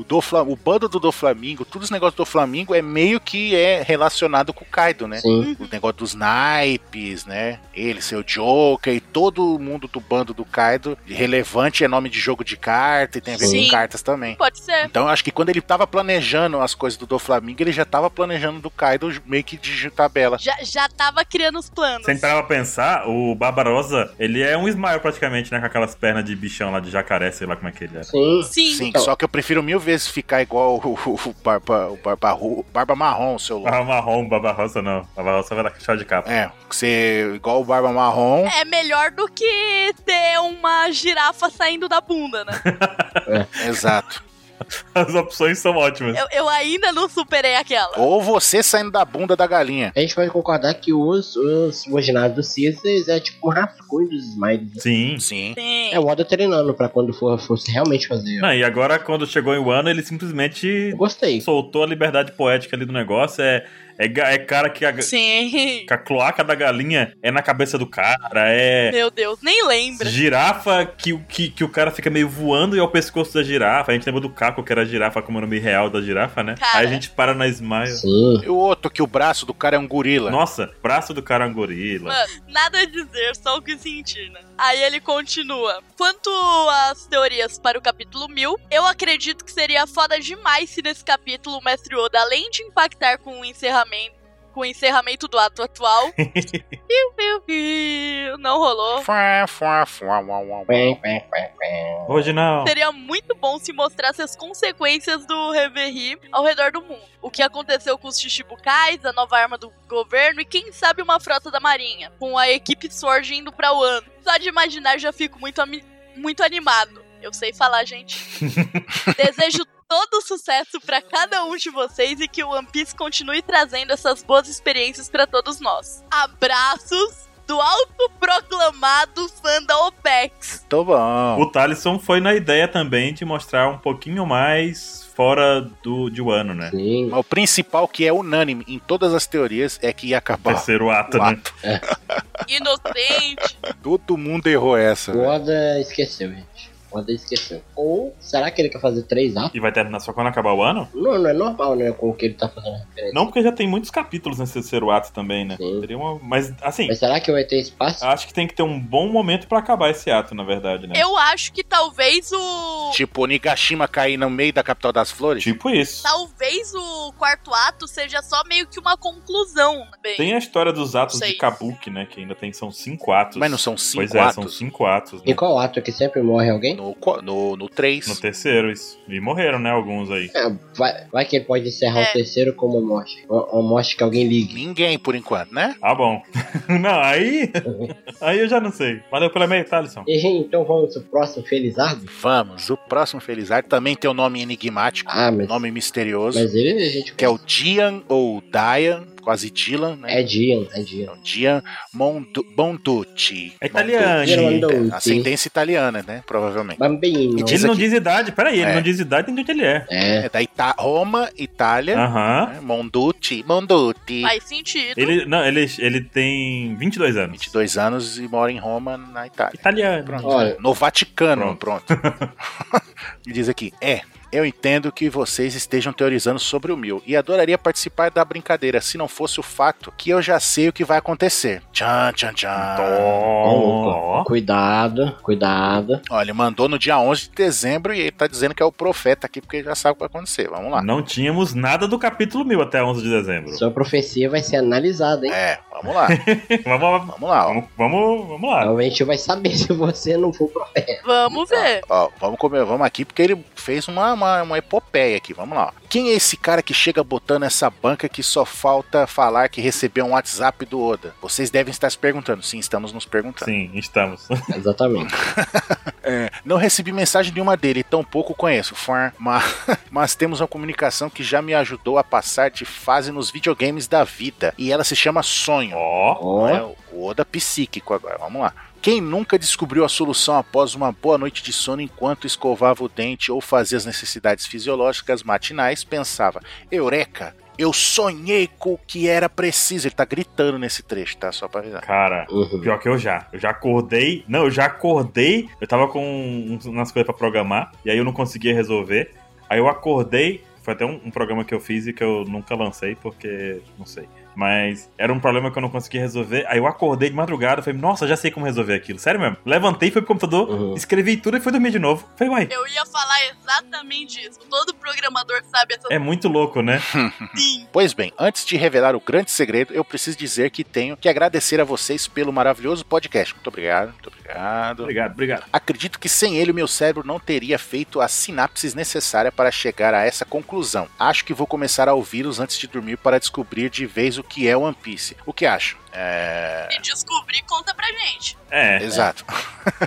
D: o, Dofla- o bando do Doflamingo, todos os negócios do Doflamingo é meio que é relacionado com o Kaido, né?
A: Sim.
D: O negócio dos naipes, né? Ele, seu Joker e todo mundo do bando do Kaido. Relevante é nome de jogo de carta e tem a ver
C: Sim.
D: com cartas também.
C: Pode ser.
D: Então eu acho que quando ele tava planejando as coisas do Doflamingo, ele já tava planejando do Kaido meio que de tabela.
C: Já, já tava criando os planos.
B: Sem parar pra pensar, o Barbarossa, ele é um Smile praticamente, né? Com aquelas pernas de bichão lá, de jacaré, sei lá como é que ele era.
A: Sim.
C: Sim.
D: Sim,
A: Então-
D: só que eu prefiro mil vezes ficar igual o, o- o Barba, o barba, Ru- barba Marrom, seu louco.
B: Ah, marrom, Barbarossa não. Barbarossa vai lá com chá de capa. *laughs*
D: É, ser igual o Barba Marrom.
C: É melhor do que ter uma girafa saindo da bunda, né?
D: Exato.
B: As opções são ótimas.
C: Eu, eu ainda não superei aquela.
D: Ou você saindo da bunda da galinha.
A: A gente pode concordar que os, os subordinados do Caesars é tipo um rascunho dos Smiles.
B: Sim.
D: Sim.
C: Sim.
A: É o Oda treinando pra quando for, fosse realmente fazer.
B: Não, e agora, quando chegou em Wano, ele simplesmente
A: Eu gostei.
B: soltou a liberdade poética ali do negócio. É, é, ga- é cara que a, que
C: Sim.
B: a cloaca da galinha é na cabeça do cara, é
C: Meu Deus, nem lembra.
B: girafa que, o- que, que o cara fica meio voando e é o pescoço da girafa. A gente lembra do Caco, que era a girafa como o nome real da girafa, né?
C: Cara.
B: Aí a gente para na Smile.
A: Sim.
D: E o outro, que o braço do cara é um gorila.
B: Nossa, braço do cara é um gorila.
C: Mano, nada a dizer, só o que sentir, né? Aí ele continua. Quanto às teorias para o capítulo 1000, eu acredito que seria foda demais se nesse capítulo o Mestre Oda, além de impactar com o encerramento, com o encerramento do ato atual, piu, piu, piu, não rolou.
D: Fuá, fuá, fuá, uá, uá, uá.
A: Quém, quém, quém, quém.
B: Hoje não.
C: Seria muito bom se mostrasse as consequências do Reverie ao redor do mundo. O que aconteceu com os Chichibukais, a nova arma do governo e quem sabe uma frota da marinha, com a equipe Sword indo pra Wano. Só de imaginar já fico muito, ami- muito animado. Eu sei falar, gente. Desejo todo sucesso pra cada um de vocês e que o One Piece continue trazendo essas boas experiências pra todos nós. Abraços do autoproclamado fã da OPEX.
D: Tô bom.
B: O Talisson foi na ideia também de mostrar um pouquinho mais fora do, de Wano, né?
A: Sim.
D: Mas o principal que é unânime em todas as teorias é que ia acabar.
B: Terceiro ato,
D: o
B: né?
D: ato.
C: Inocente.
D: Todo mundo errou essa.
A: O
D: velho.
A: Oda esqueceu, gente. O Oda esqueceu. Ou será que ele quer fazer três atos?
B: E vai terminar só quando acabar o ano?
A: Não, não é normal, né? Com o que ele tá fazendo referência.
B: Não, porque já tem muitos capítulos nesse terceiro ato também, né?
A: Sim.
B: Seria uma... Mas, assim,
A: Mas será que vai ter espaço?
B: acho que tem que ter um bom momento pra acabar esse ato, na verdade, né?
C: Eu acho que talvez o.
D: Tipo, o Nigashima cair no meio da capital das flores?
B: Tipo isso.
C: Talvez o quarto ato seja só meio que uma conclusão. né? Bem,
B: Tem a história dos atos
C: Seis.
B: de Kabuki, né? Que ainda tem, são cinco atos.
D: Mas não são cinco
B: Pois é,
D: atos?
B: são cinco atos, né?
A: E qual ato que sempre morre alguém?
D: No, qu- no, no três.
B: No terceiro, isso. E morreram, né? Alguns aí.
A: É, vai, vai que ele pode encerrar
C: É.
A: o terceiro como uma morte. Uma, uma morte que alguém ligue.
D: Ninguém, por enquanto, né?
B: Ah, bom. *laughs*
A: *laughs*
B: não, aí. aí eu já não sei. Valeu pela meia, tá, Thalisson.
A: E, gente, então vamos pro próximo Felizardo?
D: Vamos, o próximo Felizardo também tem um nome enigmático,
A: Ah, mas,
D: nome misterioso,
A: mas ele a gente...
D: que é o Dian é ou Dian, quase Dylan, né?
A: É Dian, é Dian.
D: Então, Gian Mondo- Bonducci.
B: É italiano.
A: Bonducci.
D: Ascendência italiana, né? Provavelmente.
A: Bambino.
D: Diz
B: Ele não
D: aqui.
B: diz idade, peraí, ele
D: É.
B: não diz idade nem de onde ele é.
A: É.
D: É da Ita Roma, Itália.
B: Aham.
D: né? Monducci. Monducci.
C: Faz sentido.
B: Ele, não, ele, ele tem 22 anos.
D: 22 anos É. e mora em Roma, na Itália.
B: Italiano.
D: Pronto.
A: Olha,
D: No Vaticano, pronto.
B: *laughs*
D: Me diz aqui, é. Eu entendo que vocês estejam teorizando sobre o mil e adoraria participar da brincadeira se não fosse o fato que eu já sei o que vai acontecer. Tchan, tchan, tchan.
B: Ó, ó.
A: cuidado, cuidado.
D: Olha, ele mandou no dia 11 de dezembro e ele tá dizendo que é o profeta aqui porque ele já sabe o que vai acontecer. Vamos lá.
B: Não tínhamos nada do capítulo 1000 até 11 de dezembro.
A: Sua profecia vai ser analisada, hein?
D: É, vamos lá.
B: *laughs* vamos,
D: Vamos lá, ó.
B: vamos, vamos, vamos lá.
A: Realmente vai saber *laughs* se você não for profeta.
C: Vamos
B: Tá.
C: ver.
D: Ó, vamos, comer, vamos aqui porque ele fez uma, uma, uma epopeia aqui. Vamos lá. ó. Quem é esse cara que chega botando essa banca que só falta falar que recebeu um WhatsApp do Oda? Vocês devem estar se perguntando. Sim, estamos nos perguntando.
B: Sim, estamos.
A: Exatamente.
D: É, não recebi mensagem nenhuma dele, tampouco conheço. Fã, ma- mas, *laughs* temos uma comunicação que já me ajudou a passar de fase nos videogames da vida. E ela se chama
B: *laughs*
D: Sonho.
B: Ó,
A: Ó,
D: É o Oda psíquico agora, vamos lá. Quem nunca descobriu a solução após uma boa noite de sono enquanto escovava o dente ou fazia as necessidades fisiológicas matinais, pensava: Eureka, eu sonhei com o que era preciso. Ele tá gritando nesse trecho, tá? Só pra avisar.
B: cara.
A: uhum.
B: Pior que eu já. Eu já acordei. Não, eu já acordei. Eu tava com uns- umas coisas pra programar. E aí eu não conseguia resolver. Aí eu acordei. Foi até um, um programa que eu fiz e que eu nunca lancei, porque. não sei. Mas era um problema que eu não conseguia resolver. Aí eu acordei de madrugada. Falei, nossa, já sei como resolver aquilo. Sério mesmo. Levantei, fui pro computador,
A: Uhum.
B: escrevi tudo e fui dormir de novo. Falei, uai.
C: Eu ia falar exatamente isso. Todo programador sabe essa
B: É muito louco, né?
C: sim.
D: Pois bem, antes de revelar o grande segredo, eu preciso dizer que tenho que agradecer a vocês pelo maravilhoso podcast. Muito obrigado, muito obrigado.
B: Obrigado, obrigado.
D: Acredito que sem ele o meu cérebro não teria feito a sinapses necessária para chegar a essa conclusão. Acho que vou começar a ouvi-los antes de dormir para descobrir de vez o que é One Piece. O que acho? É.
C: Se descobrir, conta pra gente.
B: É. *laughs*
D: Exato.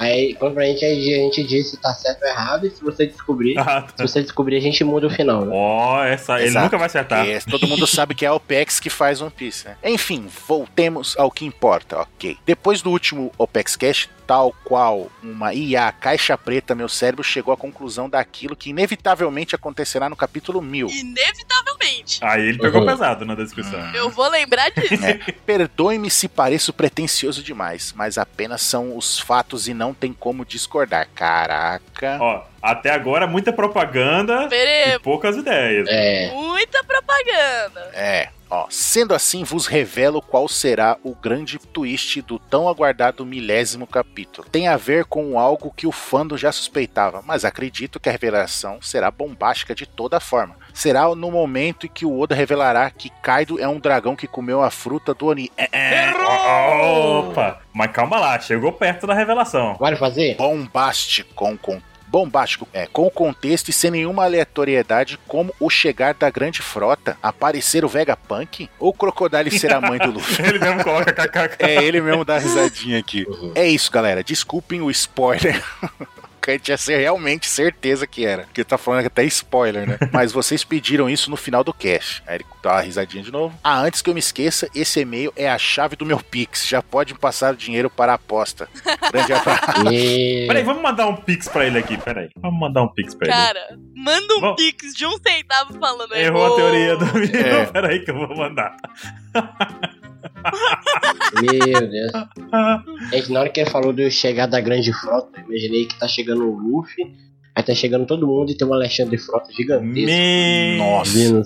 A: Aí, quando pra gente, aí a gente diz se tá certo ou errado, e se você descobrir,
B: Ah, tá.
A: se você descobrir, a gente muda o final, né?
B: Ó, essa. Ele
D: Exato.
B: nunca vai acertar.
D: Porque todo mundo sabe que é a OPEX que faz One Piece, né? Enfim, voltemos ao que importa, ok. Depois do último OPEX Cash, tal qual uma IA caixa preta, meu cérebro chegou à conclusão daquilo que inevitavelmente acontecerá no capítulo 1000.
C: Inevitavelmente.
B: Aí ele pegou
A: Uhum.
B: pesado na descrição.
C: Eu vou lembrar
B: *laughs*
C: disso.
D: Perdoe-me se pareço pretensioso demais, mas apenas são os fatos e não tem como discordar. Caraca.
B: Ó, até agora muita propaganda
C: Veremos.
B: e poucas ideias.
A: É.
C: Muita propaganda.
D: É. Ó, sendo assim, vos revelo qual será o grande twist do tão aguardado milésimo capítulo. Tem a ver com algo que o fandom já suspeitava, mas acredito que a revelação será bombástica de toda forma. Será no momento em que o Oda revelará que Kaido é um dragão que comeu a fruta do Oni. É, é.
B: Ó, Opa! Mas calma lá, chegou perto da revelação. *laughs*
A: Vale fazer?
D: bombástico com, com- bombástico é, com contexto e sem nenhuma aleatoriedade como o chegar da grande frota, aparecer o Vegapunk ou o Crocodile ser a mãe
B: *laughs*
D: do Luffy.
B: Ele mesmo coloca kkk.
D: É ele mesmo dá risadinha aqui.
A: Uhum.
D: É isso, galera. Desculpem o spoiler. *laughs* Que eu tinha ser realmente certeza que era. Porque tá falando até
B: *laughs*
D: spoiler, né? Mas vocês pediram isso no final do cast. Aí ele dá uma risadinha de novo. Ah, antes que eu me esqueça, esse e-mail é a chave do meu Pix. Já pode passar o dinheiro para
B: *laughs*
D: a aposta. Grande abraço. É.
A: E...
B: Ah, Peraí, vamos mandar um pix pra ele aqui, peraí. Vamos mandar um pix pra ele.
C: Cara, é manda um
B: Bom.
C: pix de um centavo falando né?
B: Errou a teoria do amigo.
D: É.
B: *laughs* Peraí que eu vou mandar.
A: Meu
B: *laughs*
A: Deus. Gente, na hora que ele falou do chegar da grande frota, eu imaginei que tá chegando o Luffy, aí tá chegando todo mundo e tem um Alexandre Frota gigantesco.
B: Me...
D: Nossa.
A: Vindo.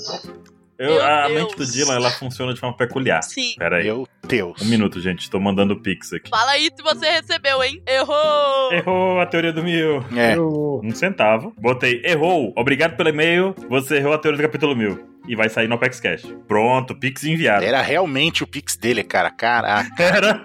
B: Eu- a
C: Meu
B: mente do
C: Deus.
B: Dylan, ela funciona de forma peculiar.
C: Sim.
B: Peraí.
D: Meu Deus.
B: Um minuto, gente. Tô mandando o pix aqui.
C: Fala aí se você recebeu, hein? Errou!
B: Errou a teoria do mil.
D: É.
A: Eu-
B: Um centavo. Botei, errou. Obrigado pelo e-mail. Você errou a teoria do capítulo 1000. E vai sair no Apex Cash. Pronto, Pix enviado.
D: Era realmente o Pix dele, cara. Caraca.
B: Era.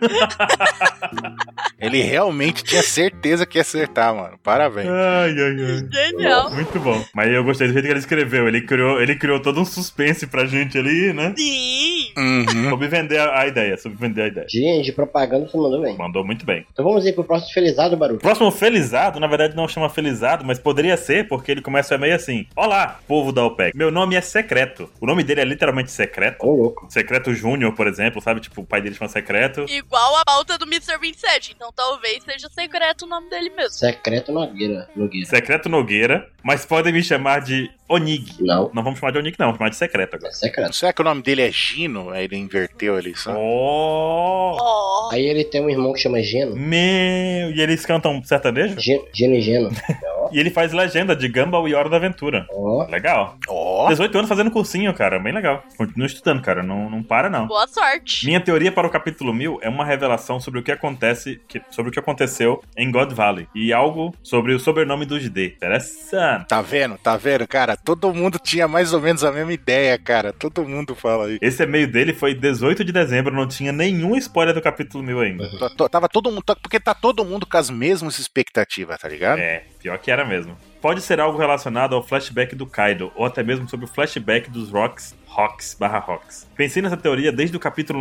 D: Ele realmente tinha certeza que ia acertar, mano. Parabéns.
B: Ai, ai,
C: Genial.
B: ai. Muito bom. Mas eu gostei do jeito que ele escreveu. Ele criou, ele criou todo um suspense pra gente ali, né?
C: Sim!
D: Uhum.
B: Subvender a, a ideia, subvender a ideia.
A: De, de propaganda você mandou bem.
B: Mandou muito bem.
A: Então vamos ir pro próximo felizado, Baru.
B: Próximo Felizado, na verdade não chama Felizado, mas poderia ser, porque ele começa meio assim: Olá, povo da OPEC. Meu nome é Secreto. O nome dele é literalmente Secreto.
A: Ô, louco.
B: Secreto Júnior, por exemplo, sabe? Tipo, o pai dele chama Secreto.
C: Igual a pauta do Mr. 27, então talvez seja secreto o nome dele mesmo.
A: Secreto Nogueira. Nogueira.
B: Secreto Nogueira, mas podem me chamar de Onig.
A: Não,
B: Não vamos chamar de Onig, não, vamos chamar de Secreto agora.
A: é secreto.
D: Será que o nome dele é Gino? Aí ele inverteu ali, só.
B: Oh!
C: Oh,
A: Aí ele tem um irmão que chama Geno.
B: Meu! E eles cantam sertanejo?
A: Ge- Geno e Geno.
B: E ele faz legenda de Gumball e Hora da Aventura.
A: Ó.
B: Legal.
D: Ó.
B: 18 anos fazendo cursinho, cara. Bem legal. Continua estudando, cara. Não, não para, não.
C: boa sorte.
B: Minha teoria para o capítulo 1000 é uma revelação sobre o que acontece, que- sobre o que aconteceu em God Valley e algo sobre o sobrenome dos D. Interessante.
D: Tá vendo? Tá vendo, cara? Todo mundo tinha mais ou menos a mesma ideia, cara. Todo mundo fala aí.
B: Esse e-mail dele foi 18 de dezembro, não tinha nenhum spoiler do capítulo 1000 ainda.
D: T- t- Tava todo mundo. tá- Porque tá todo mundo com as mesmas expectativas, tá ligado?
B: É, pior que era mesmo. Pode ser algo relacionado ao flashback do Kaido, ou até mesmo sobre o flashback dos Rocks, Rocks barra Rocks. Pensei nessa teoria desde o capítulo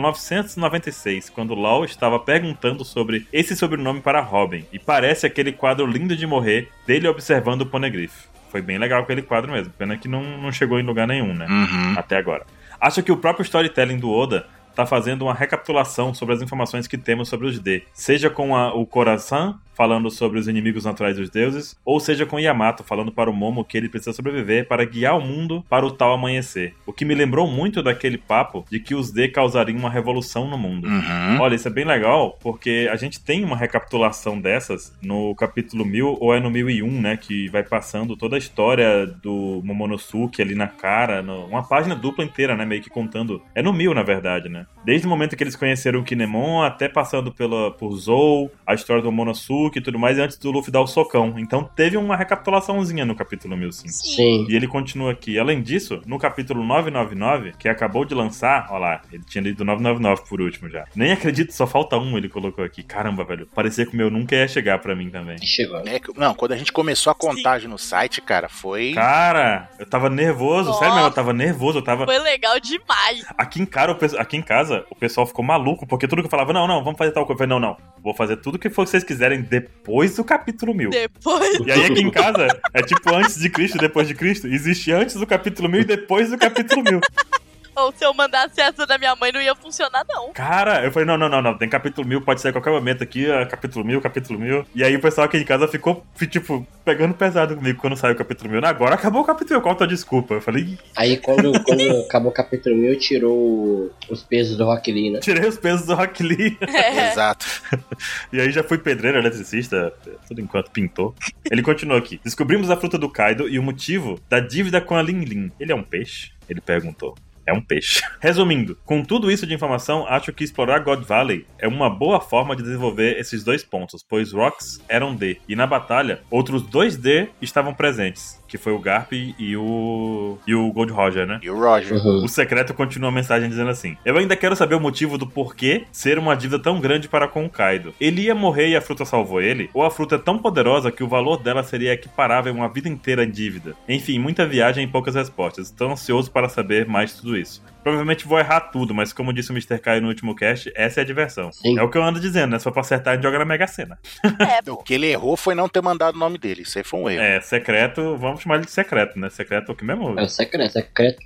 B: 996, quando LOL estava perguntando sobre esse sobrenome para Robin, e parece aquele quadro lindo de morrer dele observando o Poneglyph. Foi bem legal aquele quadro mesmo, pena que não, não chegou em lugar nenhum, né?
D: Uhum.
B: até agora. Acho que o próprio storytelling do Oda tá fazendo uma recapitulação sobre as informações que temos sobre os D, seja com a- o Coração falando sobre os inimigos naturais dos deuses, ou seja com Yamato falando para o Momo que ele precisa sobreviver para guiar o mundo para o tal amanhecer. O que me lembrou muito daquele papo de que os D causariam uma revolução no mundo.
D: Uhum.
B: Olha, isso é bem legal, porque a gente tem uma recapitulação dessas no capítulo 1000, ou é no 1001, né? Que vai passando toda a história do Momonosuke ali na cara, no- uma página dupla inteira, né? Meio que contando. É no 1000, na verdade, né? Desde o momento que eles conheceram o Kinemon, até passando pela, por Zou, a história do Momonosuke e tudo mais, antes do Luffy dar o socão. Então teve uma recapitulaçãozinha no capítulo 1000, sim.
A: Sim.
B: E ele continua aqui. Além disso, no capítulo 999, que acabou de lançar, ó lá, ele tinha lido 999 por último já. Nem acredito, só falta um, ele colocou aqui. Caramba, velho, parecia que o meu nunca ia chegar pra mim também.
A: Chegou. né?
D: É que- não, quando a gente começou a contagem no site, cara, foi.
B: Cara, eu tava nervoso, sério mesmo, eu
C: Nossa.
B: tava nervoso, eu tava...
C: Foi legal demais.
B: Aqui em, cara, o pe- aqui em casa, o pessoal ficou maluco, porque tudo que eu falava, não, não, vamos fazer tal coisa. Eu falei, não, não, vou fazer tudo que for que vocês quiserem depois do capítulo 1000.
C: Depois. *laughs*
B: E aí aqui em casa, é tipo antes de Cristo, depois de Cristo. Existe antes do capítulo 1000 e depois do capítulo 1000.
C: Ou se eu mandasse essa da minha mãe, não ia funcionar, não.
B: Cara, eu falei, não, não, não, não, tem capítulo mil, pode sair a qualquer momento aqui, ah, capítulo mil, capítulo mil. E aí o pessoal aqui de casa ficou, fi- tipo, pegando pesado comigo quando saiu o capítulo mil. Não, Agora acabou o capítulo mil, qual a tua desculpa? Eu falei, "Ih,
A: Aí quando, quando acabou o capítulo 1000, tirou os pesos do Rock Lee, né?
B: tirei os pesos do Rock Lee.
C: *laughs* É.
D: Exato.
B: *laughs* E aí já fui pedreiro, eletricista, tudo enquanto pintou. Ele continua aqui. Descobrimos a fruta do Kaido e o motivo da dívida com a Lin Lin. Ele é um peixe? Ele perguntou. É um peixe. *laughs* Resumindo, com tudo isso de informação, acho que explorar God Valley é uma boa forma de desenvolver esses dois pontos, pois Rocks eram D, e na batalha, outros dois D estavam presentes, que foi o Garp e o. e o Gold Roger, né?
D: E o Roger.
A: Uhum.
B: O secreto continua a mensagem dizendo assim: Eu ainda quero saber o motivo do porquê ser uma dívida tão grande para com o Kaido. Ele ia morrer e a fruta salvou ele? Ou a fruta é tão poderosa que o valor dela seria equiparável a uma vida inteira em dívida? Enfim, muita viagem e poucas respostas. Estou ansioso para saber mais tudo isso. Provavelmente vou errar tudo, mas como disse o Mr. Kai no último cast, essa é a diversão.
A: Sim.
B: É o que eu ando dizendo, né? Só pra acertar e jogar na Mega Sena.
C: É,
D: O
C: pô.
D: que ele errou foi não ter mandado o nome dele. Isso aí foi um erro.
B: É, secreto, vamos chamar ele de secreto, né? Secreto é o que mesmo?
A: É o secreto, secreto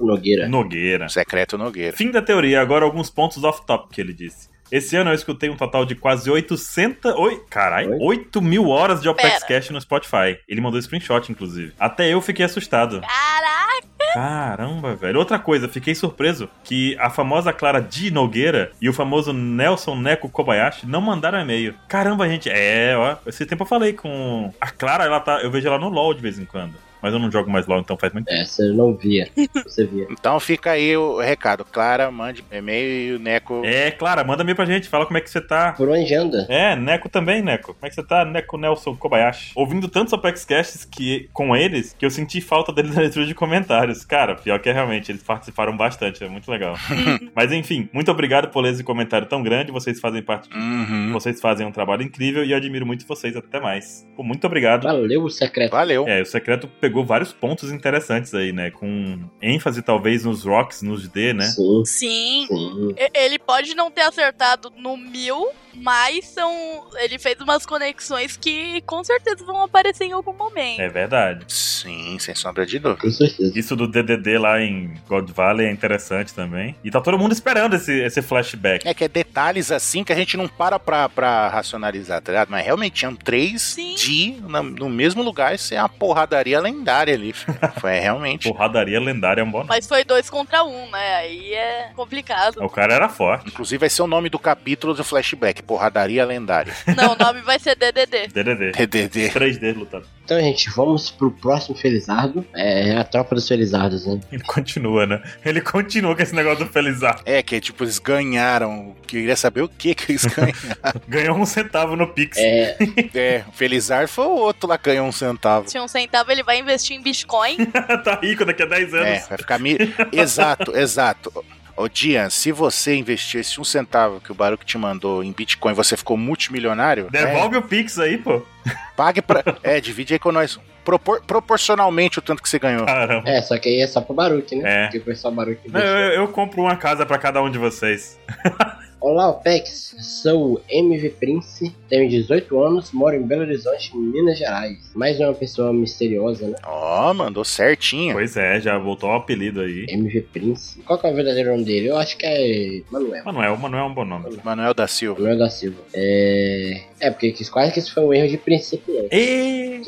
A: Nogueira.
B: Nogueira.
D: Secreto Nogueira.
B: Fim da teoria, agora alguns pontos off-top que ele disse. Esse ano eu escutei um total de quase 800. Oi, carai,
A: Oi?
B: 8 mil horas de Opex
C: Pera.
B: Cash no Spotify. Ele mandou screenshot, inclusive. Até eu fiquei assustado.
C: Caraca,
B: Caramba, velho. Outra coisa, fiquei surpreso que a famosa Clara Di Nogueira e o famoso Nelson Neco Kobayashi não mandaram e-mail. Caramba, gente. É, ó. Esse tempo eu falei com. A Clara, ela tá. Eu vejo ela no LOL de vez em quando. Mas eu não jogo mais LOL, então faz muito
A: É, você não via. Você via.
D: Então fica aí o recado. Clara, mande e-mail e o Neco.
B: É, Clara, manda e-mail pra gente. Fala como é que você tá.
A: Por onde anda?
B: É, Neco também, Neco. Como é que você tá, Neco Nelson Kobayashi? Ouvindo tantos Apex Casts que, com eles que eu senti falta deles na leitura de comentários. Cara, pior que é realmente, eles participaram bastante, é muito
A: *laughs*
B: legal. Mas enfim, muito obrigado por ler esse comentário tão grande, vocês fazem parte de...
D: Uhum.
B: Vocês fazem um trabalho incrível e eu admiro muito vocês. Até mais. Pô, muito obrigado.
A: Valeu, secreto.
D: Valeu.
B: É, o secreto pegou pegou vários pontos interessantes aí, né? Com ênfase talvez nos rocks, nos D, né?
A: Sim,
C: Sim,
A: sim.
C: E- Ele pode não ter acertado no mil, mas são. Ele fez umas conexões que com certeza vão aparecer em algum momento.
B: É verdade.
D: Sim, sem sombra de dúvida.
A: Com certeza.
B: Isso do DDD lá em God Valley é interessante também. E tá todo mundo esperando esse, esse flashback.
D: É que é detalhes assim que a gente não para pra, pra racionalizar, tá ligado? Mas realmente tinham três
C: Sim.
D: de na- no mesmo lugar, isso é uma porradaria lendária
B: *laughs*
D: ali. filho. Foi é, realmente.
B: Porradaria lendária é um bom nome.
C: Mas foi dois contra um, né? Aí é complicado.
B: O cara era forte.
D: Inclusive vai ser o nome do capítulo do flashback, porradaria
B: *laughs*
D: lendária. É,
C: Não, o nome vai ser DDD.
B: DDD.
D: DDD.
B: 3D lutando.
A: Então, gente, vamos pro próximo Felizardo. É a tropa dos Felizardos, né?
B: Ele continua, né? Ele continua com esse negócio do Felizardo.
D: É, que tipo, eles ganharam. Queria saber o que que eles ganharam.
B: Ganhou um centavo no Pix.
A: É,
D: é, o Felizar foi o outro lá que ganhou um centavo.
C: Se um centavo ele vai investir em Bitcoin.
B: *laughs* tá rico daqui a 10
D: É,
B: anos.
D: vai ficar mi... Exato, exato. Ô, Dian, se você investisse um centavo que o Baruch te mandou em Bitcoin, você ficou multimilionário?
B: Devolve o Pix aí, pô.
D: É, pague pra. É, divide aí com nós. Propor- Proporcionalmente o tanto que você ganhou.
B: Caramba.
A: é, só que aí é só pro Baruque, né?
B: É.
A: Porque foi só Baruque.
B: Não, eu, eu compro uma casa pra cada um de vocês.
A: Olá, OPEX. Sou o MV Prince, tenho 18 anos, moro em Belo Horizonte, Minas Gerais. Mais uma pessoa misteriosa, né?
D: Ó, mandou certinho.
B: Pois é, já voltou o apelido aí.
A: MV Prince. Qual que é o verdadeiro nome dele? Eu acho que é Manuel.
B: Manuel, Manuel é um bom nome.
D: Manuel da Silva.
A: Manuel da Silva. É. É, porque que- quase que isso foi um erro de principiante.
B: E...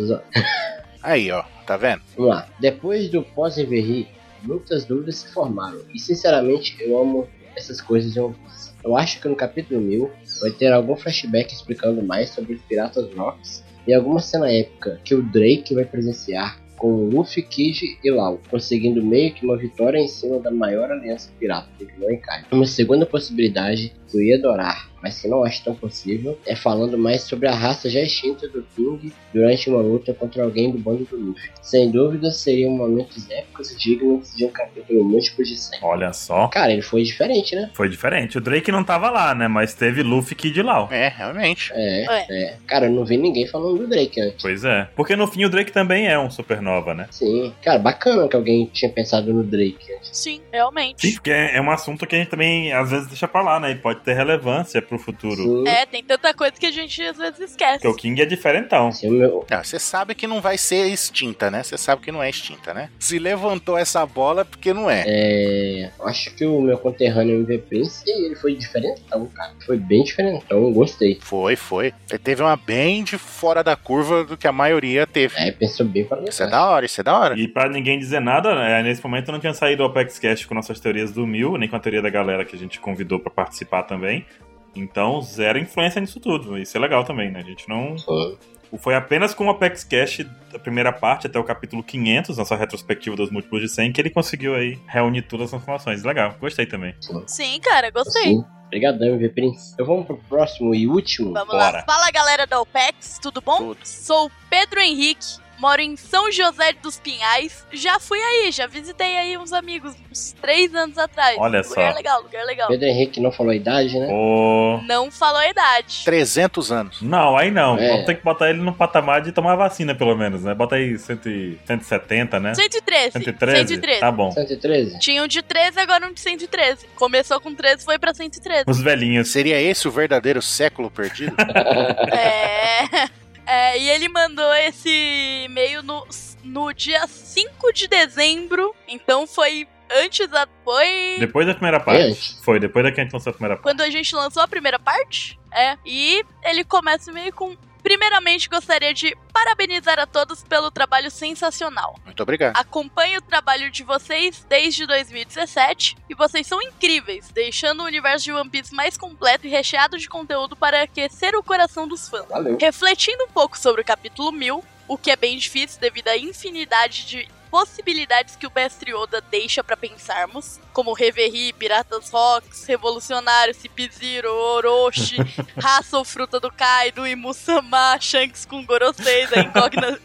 D: Aí, ó, tá vendo?
A: Vamos lá. Depois do pós-Everry, muitas dúvidas se formaram. E sinceramente, eu amo essas coisas de One Piece. Eu acho que no capítulo 1000 vai ter algum flashback explicando mais sobre os Piratas Rocks e alguma cena épica que o Drake vai presenciar com Luffy, Kid e Lau, conseguindo meio que uma vitória em cima da maior aliança pirata que não encaixa. Uma segunda possibilidade que eu ia adorar, mas que não acho tão possível, é falando mais sobre a raça já extinta do King durante uma luta contra alguém do bando do Luffy. Sem dúvida, seriam momentos épicos e dignos de um capítulo múltiplo de 100.
B: Olha só.
A: Cara, ele foi diferente, né?
B: Foi diferente. O Drake não tava lá, né? Mas teve Luffy Kid Lau.
D: É, realmente.
A: É,
C: Ué.
A: é. Cara, eu não vi ninguém falando do Drake né? antes.
B: Pois é. Porque no fim o Drake também é um supernova, né?
A: Sim, cara, bacana que alguém tinha pensado no Drake antes.
C: Sim, realmente.
B: Sim, porque é é um assunto que a gente também às vezes deixa pra lá, né? E pode ter relevância pro futuro.
A: Sim,
C: É, tem tanta coisa que a gente às vezes esquece.
B: Porque o King é diferentão.
A: sim, Assim, o meu-
D: Não, Ah, você sabe que não vai ser extinta, né? Você sabe que não é extinta, né? Se levantou essa bola, porque não é.
A: É, acho que o meu conterrâneo MV Prince, ele foi diferentão, cara. Foi bem diferentão, eu gostei.
D: Foi, foi. Ele teve uma bem de fora da curva do que a maioria teve.
A: É, pensou bem pra
D: Isso é
A: você.
D: da hora, isso é da hora.
B: E pra ninguém dizer nada, né, nesse momento não tinha saído o Apex Cash com nossas teorias do Mil, nem com a teoria da galera que a gente convidou pra participar também. Então, zero influência nisso tudo. Isso é legal também, né? A gente não. Foi apenas com o Apex Cash, da primeira parte, até o capítulo 500, nossa retrospectiva dos múltiplos de 100, que ele conseguiu aí reunir todas as informações. Legal, gostei também.
C: Sim, cara, gostei.
A: Obrigadão, MV Prince. Então vamos pro próximo e último.
C: Vamos
B: Bora.
C: lá. Fala galera da OPEX, tudo bom?
D: Tudo.
C: Sou Pedro Henrique, moro em São José dos Pinhais. Já fui aí, já visitei aí uns amigos uns três anos atrás.
B: Olha
C: lugar
B: só.
C: legal, lugar legal.
A: Pedro Henrique não falou a idade, né?
B: Ô.
C: Não falou a idade.
D: 300 anos.
B: Não, aí não.
A: É.
B: Vamos ter que botar ele no patamar de tomar vacina, pelo menos, né? Bota aí 100, e- 170, né?
C: 113.
B: 113?
C: 113.
B: Tá bom.
A: 113?
C: Tinha um de 13, agora um de 113. Começou com 13, foi pra 113.
B: Os velhinhos.
D: Seria esse o verdadeiro
B: *laughs*
D: século perdido?
C: é... é. E ele mandou esse e-mail no, no dia 5 de dezembro. Então foi antes da. Foi.
B: Depois da primeira parte.
A: antes?
B: Foi, depois da que a gente lançou a primeira parte.
C: quando a gente lançou a primeira parte. É. E ele começa meio com. Primeiramente, gostaria de parabenizar a todos pelo trabalho sensacional.
D: Muito obrigado.
C: Acompanho o trabalho de vocês desde 2017 e vocês são incríveis, deixando o universo de One Piece mais completo e recheado de conteúdo para aquecer o coração dos fãs.
A: Valeu.
C: Refletindo um pouco sobre o capítulo 1000, o que é bem difícil devido à infinidade de possibilidades que o mestre Oda deixa pra pensarmos, como Reverie, Piratas Rocks, Revolucionários, Cip Zero, Orochi, Raça ou Fruta do Kaido, e Musama, Shanks com Gorosei, a incógnita,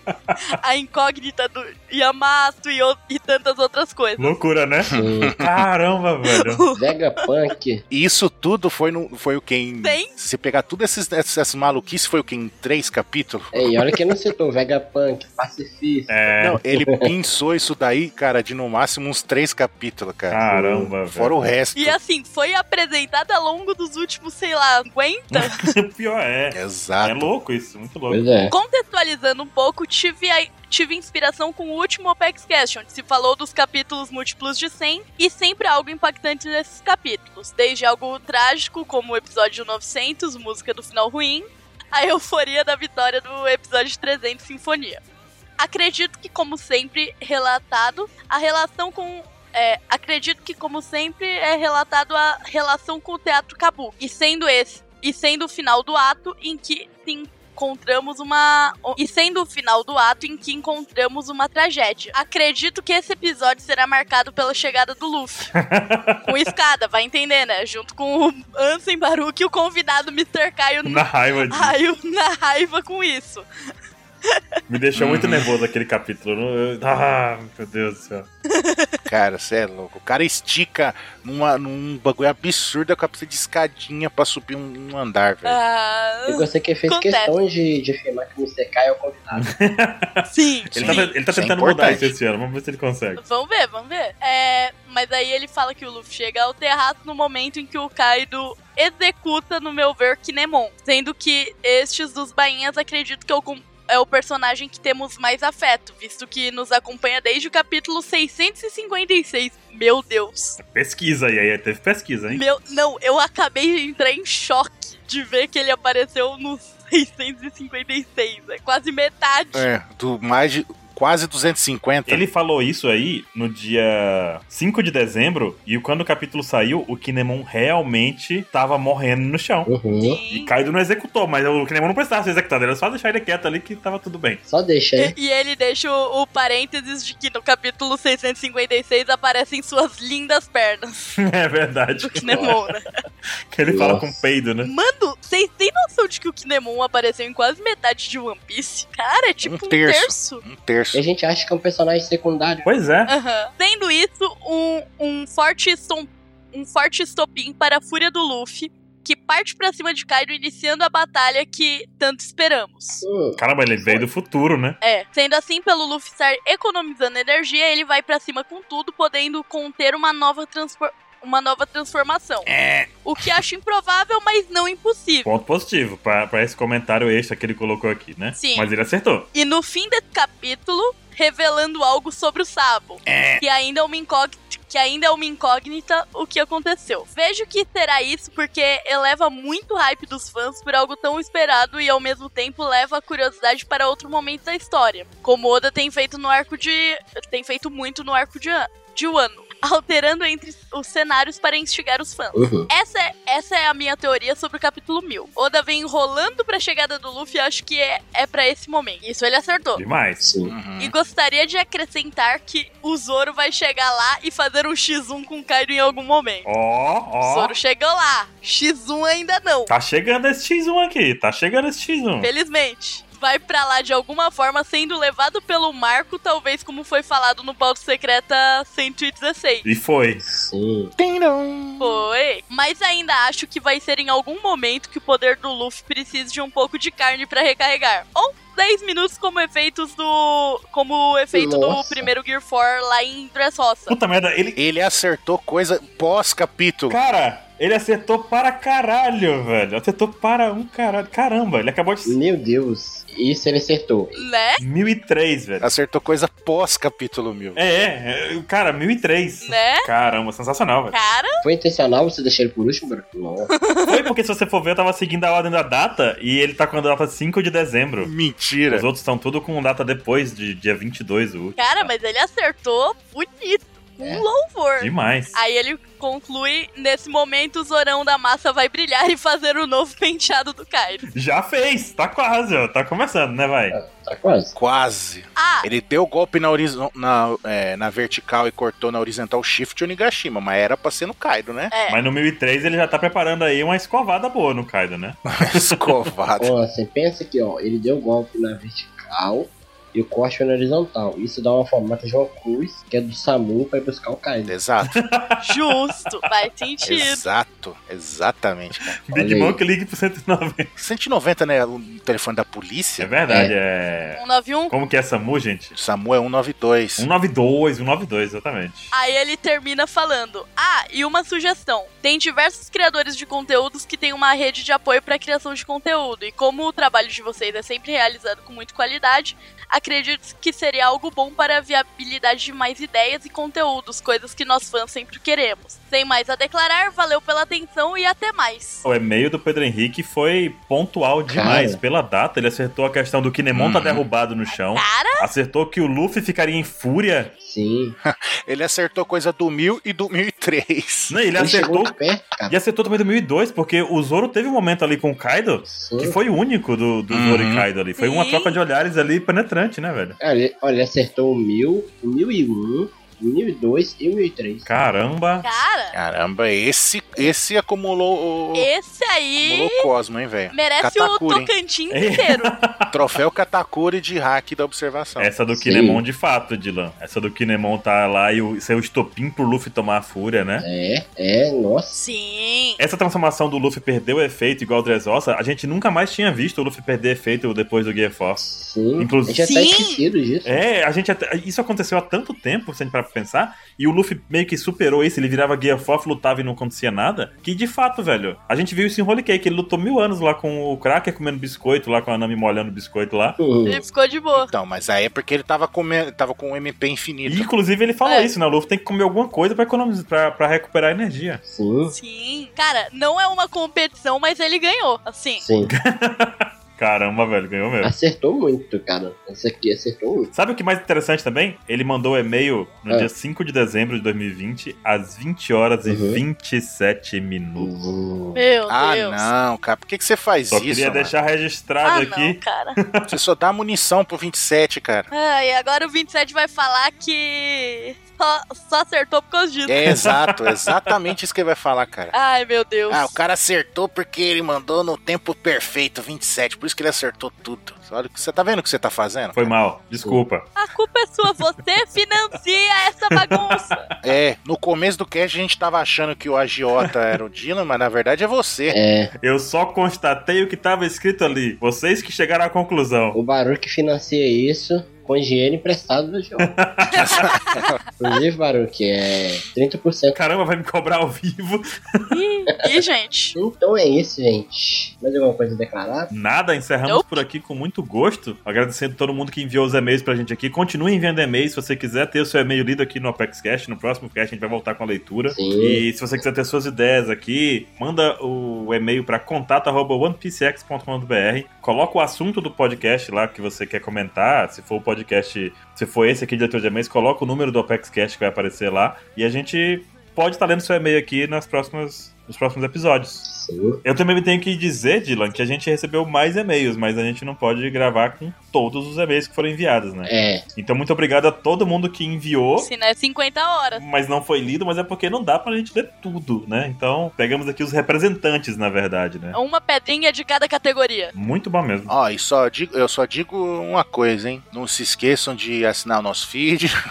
C: a incógnita do Yamato e, o- e tantas outras coisas.
B: Loucura,
D: *laughs*
B: né?
A: Sim.
B: Caramba, velho.
A: Vegapunk.
D: E isso tudo foi, no, foi o que em.
C: Tem.
D: Se pegar tudo esses, essas maluquices, foi o que em três capítulos?
A: Ei, olha que ele não citou Vegapunk, pacifista.
B: É.
D: Não, ele pinçou isso daí, cara, de no máximo uns três capítulos, cara.
B: Caramba, velho.
D: Fora o resto.
C: E assim, foi apresentada ao longo dos últimos, sei lá, 50
B: Pior é.
D: Exato.
B: É louco isso, muito louco.
A: Pois é.
C: Contextualizando um pouco, tive, a- tive inspiração com o último Opex Cast, onde se falou dos capítulos múltiplos de 100 e sempre algo impactante nesses capítulos, desde algo trágico, como o episódio 900, música do final ruim, a euforia da vitória do episódio 300, Sinfonia. Acredito que, como sempre relatado, a relação com. é, acredito que, como sempre, é relatado a relação com o teatro Kabu. E sendo esse, e sendo o final do ato em que se encontramos uma. E sendo o final do ato em que encontramos uma tragédia. Acredito que esse episódio será marcado pela chegada do
B: *laughs*
C: Luffy. com escada, vai entender, né? Junto com o Ansem Baruch e o convidado Mr. Caio
D: é.
B: Na raiva de...
C: raio na raiva *laughs* com isso.
B: Me deixou
D: Uhum.
B: muito nervoso aquele capítulo. Eu- Ah, meu Deus do céu.
D: Cara, você é louco. O cara estica numa, num bagulho absurdo com a pista de escadinha pra subir um, um andar, velho.
C: Ah,
A: Eu gostei que ele fez
C: Acontece.
A: questão de, de afirmar que o Mr. Kai é o convidado.
C: Ah, sim,
B: Ele
C: sim.
B: tá, ele tá
D: Isso é
B: tentando mudar
D: importante.
B: isso esse ano, vamos ver se ele consegue.
C: Vamos ver, vamos ver. É, mas aí ele fala que o Luffy chega ao terraço no momento em que o Kaido executa, no meu ver, Kinemon. Sendo que estes dos bainhas acredito que é o com- é o personagem que temos mais afeto, visto que nos acompanha desde o capítulo 656. Meu Deus.
B: Pesquisa aí, aí teve pesquisa, hein?
C: Meu, não, eu acabei de entrar em choque de ver que ele apareceu no 656. É quase metade.
D: É, do mais de quase 250.
C: Tá.
B: Ele falou isso aí no dia 5 de dezembro, e quando o capítulo saiu, o Kinemon realmente tava morrendo no chão.
A: Uhum.
C: Sim.
B: E Kaido não executou, mas o Kinemon não precisava ser executado, era só deixar ele quieto ali que tava tudo bem. *laughs*
A: Só deixa né? aí.
C: E, e ele deixa o, o parênteses de que no capítulo 656 aparecem suas lindas pernas
B: é verdade.
C: *laughs* do Kinemon, né?
B: Que ele fala
A: Nossa.
B: com peido, né?
C: Mano, vocês têm noção de que o Kinemon apareceu em quase metade de One Piece? Cara, é tipo um, terço.
D: terço. Um
A: E a
D: terço.
A: gente acha que é um personagem secundário.
B: Pois é.
C: Aham. Sendo isso, um, um forte estom- um forte estopim para a fúria do Luffy, que parte pra cima de Kaido iniciando a batalha que tanto esperamos.
A: Hum,
B: Caramba, ele veio do futuro, né?
C: É, sendo assim, pelo Luffy estar economizando energia, ele vai pra cima com tudo, podendo conter uma nova, transfor- uma nova transformação. O que acho improvável, mas não impossível.
B: Ponto positivo pra pra esse comentário extra que ele colocou aqui, né?
C: Sim.
B: Mas ele acertou.
C: E no fim desse capítulo, revelando algo sobre o Sabo, que ainda é uma incógnita. Que ainda é uma incógnita o que aconteceu. Vejo que será isso porque eleva muito o hype dos fãs por algo tão esperado e ao mesmo tempo leva a curiosidade para outro momento da história. Como Oda tem feito no arco de. tem feito muito no arco de, An- de Wano, *laughs* alterando entre os cenários para instigar os fãs.
A: uhum.
C: Essa é, essa é a minha teoria sobre o capítulo 1000. Oda vem enrolando pra chegada do Luffy e acho que é, é para esse momento. Isso ele acertou.
B: Demais.
A: Sim.
D: Uhum.
C: E gostaria de acrescentar que o Zoro vai chegar lá e fazer um X1 com o Kaido em algum momento.
B: Ó,
C: O
B: ó.
C: Zoro chegou lá. X1 ainda não.
B: Tá chegando esse X1 aqui, tá chegando esse X1.
C: Felizmente. Vai pra lá de alguma forma sendo levado pelo Marco, talvez como foi falado no Pauta Secreta 116.
B: E foi.
A: Sim.
D: Tindam.
C: Foi. Mas ainda acho que vai ser em algum momento que o poder do Luffy precise de um pouco de carne pra recarregar. Ou 10 minutos como efeitos do. como o efeito do
A: Nossa.
C: primeiro Gear 4 lá em Dressrosa.
B: Puta merda, ele.
D: Ele acertou coisa pós-capítulo.
B: Cara, ele acertou para caralho, velho. Acertou para um caralho. Caramba, ele acabou de.
A: Meu Deus. Isso ele acertou.
C: Né?
B: 1003, velho.
D: Acertou coisa pós-capítulo mil.
B: É, é, é, cara, 1003.
C: Né?
B: Caramba, sensacional, velho.
C: Cara,
A: Foi intencional você deixar ele por último, Bruno? Nossa.
B: Foi porque se você for ver, eu tava seguindo a ordem da data e ele tá com a data 5 de dezembro. É. Os
D: Mentira.
B: outros estão tudo com data depois de dia 22, o último.
C: cara, mas ele acertou bonito.
A: É.
C: um louvor.
B: Demais.
C: Aí ele conclui: nesse momento, o Zorão da Massa vai brilhar e fazer o novo *laughs* penteado do Kaido.
B: Já fez, tá quase, ó. Tá começando, né, vai?
A: Tá quase.
D: Quase.
C: Ah,
D: Ele deu o golpe na, horizo- na, é, na vertical e cortou na horizontal shift Onigashima, mas era pra ser no
B: *laughs*
D: Kaido, né?
C: é.
B: Mas no 1003 ele já tá preparando aí uma escovada boa no Kaido, né?
D: Escovado.
A: Ó, você pensa que ó, ele deu golpe na vertical e o corte foi na horizontal. Isso dá uma formata de uma cruz, que é do Samu, pra ir buscar o
B: É.
A: Kaido.
B: *laughs*
D: Exato,
C: justo, faz sentido.
D: exato, exatamente, cara.
A: Olha
B: Big
A: aí.
B: Mom que ligue pro 190.
D: 190, né? O telefone da
B: É
D: polícia.
B: verdade, é.
C: 191.
B: Como que é Samu, gente?
D: O Samu é 192.
B: Hum? 192, 192, exatamente.
C: Aí ele termina falando: Ah, e uma sugestão. Tem diversos criadores de conteúdos que têm uma rede de apoio para criação de conteúdo, e como o trabalho de vocês é sempre realizado com muita qualidade, acredito que seria algo bom para a viabilidade de mais ideias e conteúdos, coisas que nós fãs sempre queremos. Sem mais a declarar, valeu pela atenção e até mais.
B: O e-mail do Pedro Henrique foi pontual demais.
A: Cara.
B: Pela data, ele acertou a questão do Kinemon tá
D: Uhum.
B: derrubado no chão.
C: Cara,
B: Acertou que o Luffy ficaria em fúria.
A: Sim.
D: Ele acertou coisa do 1000 e do 1003.
B: Não, ele
A: Ele chegou
B: acertou.
A: perto, cara.
B: E acertou também do 1002, porque o Zoro teve um momento ali com o Kaido
A: Sim.
B: que foi o único do, do
D: Uhum.
B: Zoro e Kaido ali. Foi uma
C: Sim.
B: troca de olhares ali penetrante, né, velho?
A: Olha, ele- olha, ele acertou o 1000, o 1001, o 1002 e o 1003.
B: Caramba.
C: cara,
D: Caramba, esse, esse acumulou o,
C: esse aí
D: acumulou o Cosmo, hein, velho?
C: merece o
D: Katakuri, hein?
C: Tocantins inteiro.
D: Troféu Katakuri de hack da observação.
B: Essa do
A: Sim.
B: Kinemon de fato, Dylan. Essa do Kinemon tá lá e o, ser o estopim pro Luffy tomar a fúria, né?
A: É, é, nossa.
C: Sim.
B: Essa transformação do Luffy perdeu efeito igual o Dressrosa, a gente nunca mais tinha visto o Luffy perder efeito depois do Gear Force.
A: Sim.
B: Inclusive-
A: A gente já tá
C: Sim.
A: esquecido disso.
B: É, a gente até- isso aconteceu há tanto tempo, se a gente parar pra pensar, e o Luffy meio que superou isso, ele virava Gear Force, lutava e não acontecia nada, que de fato, velho, a gente viu isso em Holy Cake, ele lutou mil anos lá com o Cracker comendo biscoito, lá com a Nami molhando biscoito lá,
A: Hum,
C: Ele ficou de boa.
D: Então, mas aí é porque ele tava com, tava com um MP infinito.
B: E, inclusive ele falou
C: É.
B: isso, né? O Luffy tem que comer alguma coisa pra, economizar, pra, pra recuperar energia.
A: Sim,
C: Sim. Cara, não é uma competição, mas ele ganhou, assim.
A: sim.
B: Caramba, velho, ganhou mesmo.
A: Acertou muito, cara. Esse aqui acertou muito.
B: Sabe o que mais interessante também? Ele mandou um e-mail no
A: É.
B: dia 5 de dezembro de 2020, às 20 horas e
A: Uhum.
B: 27 minutos.
A: Hum.
C: Meu
D: Ah,
C: Deus.
D: não, cara. Por que, que você faz
B: Só
D: isso?
B: queria
D: mano?
B: deixar
C: Ah,
B: registrado
C: não,
B: aqui.
C: cara.
D: Você só dá munição pro 27, cara.
C: Ah, e agora o 27 vai falar que só, só acertou por causa disso.
D: É
B: *laughs*
D: exato, é exatamente isso que ele vai falar, cara.
C: Ai, meu Deus.
D: Ah, o cara acertou porque ele mandou no tempo perfeito, 27. Por isso que ele acertou tudo. Olha, o que você tá vendo o que você tá fazendo?
B: Foi mal, desculpa.
C: A culpa é sua. Você *laughs* financia essa bagunça.
D: É, no começo do cast a gente tava achando que o agiota era o Dylan, mas na verdade é você.
A: É,
B: Eu só constatei o que tava escrito ali. Vocês que chegaram à conclusão.
A: o Baru que financia isso com dinheiro emprestado do jogo. Inclusive, Baru, que é 30%.
B: Caramba, vai me cobrar ao vivo.
C: Ih, Ih, gente.
A: Então é isso, gente. Mais alguma coisa a declarar?
B: Nada, encerramos
C: Nope.
B: por aqui com muito gosto. Agradecendo todo mundo que enviou os e-mails pra gente aqui. Continue enviando e-mails se você quiser ter o seu e-mail lido aqui no Apex Cash. No próximo cast a gente vai voltar com a leitura.
A: Sim.
B: E se você quiser ter suas ideias aqui, manda o e-mail para contato@onepcx.com.br. Coloca o assunto do podcast lá que você quer comentar. Se for o podcast, se for esse aqui diretor de e-mails, coloca o número do Apex Cash que vai aparecer lá e a gente pode estar lendo seu e-mail aqui nas próximas nos próximos episódios.
A: Sim.
B: Eu também tenho que dizer, Dylan, que a gente recebeu mais e-mails, mas a gente não pode gravar com todos os e-mails que foram enviados, né?
A: É,
B: Então, muito obrigado a todo mundo que enviou,
C: Se não é 50 horas.
B: mas não foi lido, mas é porque não dá pra gente ler tudo, né? Então, pegamos aqui os representantes, na verdade, né?
C: É Uma pedrinha de cada categoria.
B: Muito bom mesmo.
D: Ó, e só digo, eu só digo uma coisa, hein? Não se esqueçam de assinar o nosso feed, *laughs*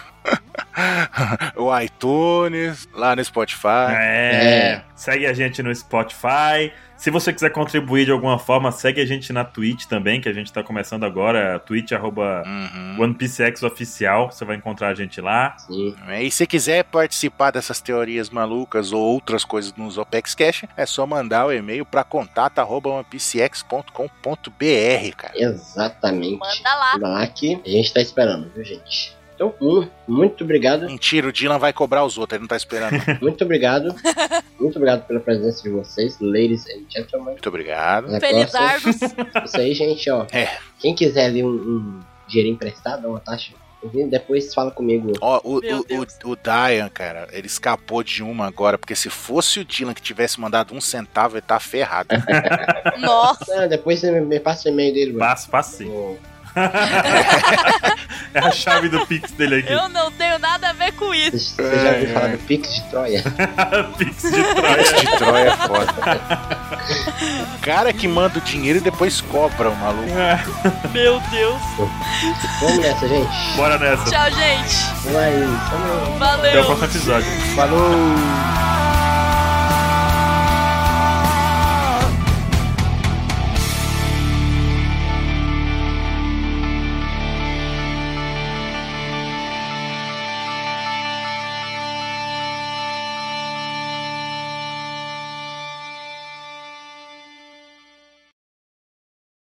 D: o iTunes, lá no Spotify.
B: É,
A: É.
B: segue a gente no Spotify. Se você quiser contribuir de alguma forma, segue a gente na Twitch também, que a gente tá começando agora, twitch arroba
D: Uhum.
B: One Piece X oficial, você vai encontrar a gente lá.
A: sim.
D: É, E se quiser participar dessas teorias malucas ou outras coisas nos OPEX Cash, é só mandar o e-mail para contato.onepcx.com.br, cara.
A: Exatamente.
C: Manda lá.
A: Manda lá que a gente tá esperando, viu, gente? Então, um, muito
D: *laughs*
A: obrigado.
D: Mentira, o Dylan vai cobrar os outros, ele não tá esperando. *laughs* não.
A: Muito obrigado. Muito obrigado pela presença de vocês, ladies and gentlemen.
D: Muito obrigado.
C: Um
A: Até a
C: Felizardos.
D: *laughs*
A: próxima. Isso aí, gente, ó.
D: É.
A: Quem quiser ali um, um dinheiro emprestado, uma taxa, Depois fala comigo.
D: Ó, o,
C: Meu
D: o,
C: Deus.
D: o, o Dian, cara, ele escapou de uma agora, porque se fosse o Dylan que tivesse mandado um centavo, ele tá ferrado.
C: Nossa,
A: Ah, depois você me, me passa o e-mail dele, mano.
B: Passo, passo sim.
A: No-
B: É a chave do Pix dele aqui.
C: eu não tenho nada a ver com isso.
A: Você você já ouviu
D: Ai,
A: falar
D: ai.
A: do Pix de Troia?
B: *laughs* Pix de Troia.
D: Esse de Troia é foda. O cara que manda o dinheiro e depois cobra o maluco.
B: É,
C: Meu Deus.
A: Vamos nessa, gente.
B: Bora nessa.
C: Tchau, gente.
A: Vamos aí. Vamos aí.
B: Até o
C: Valeu.
B: próximo episódio.
A: Falou!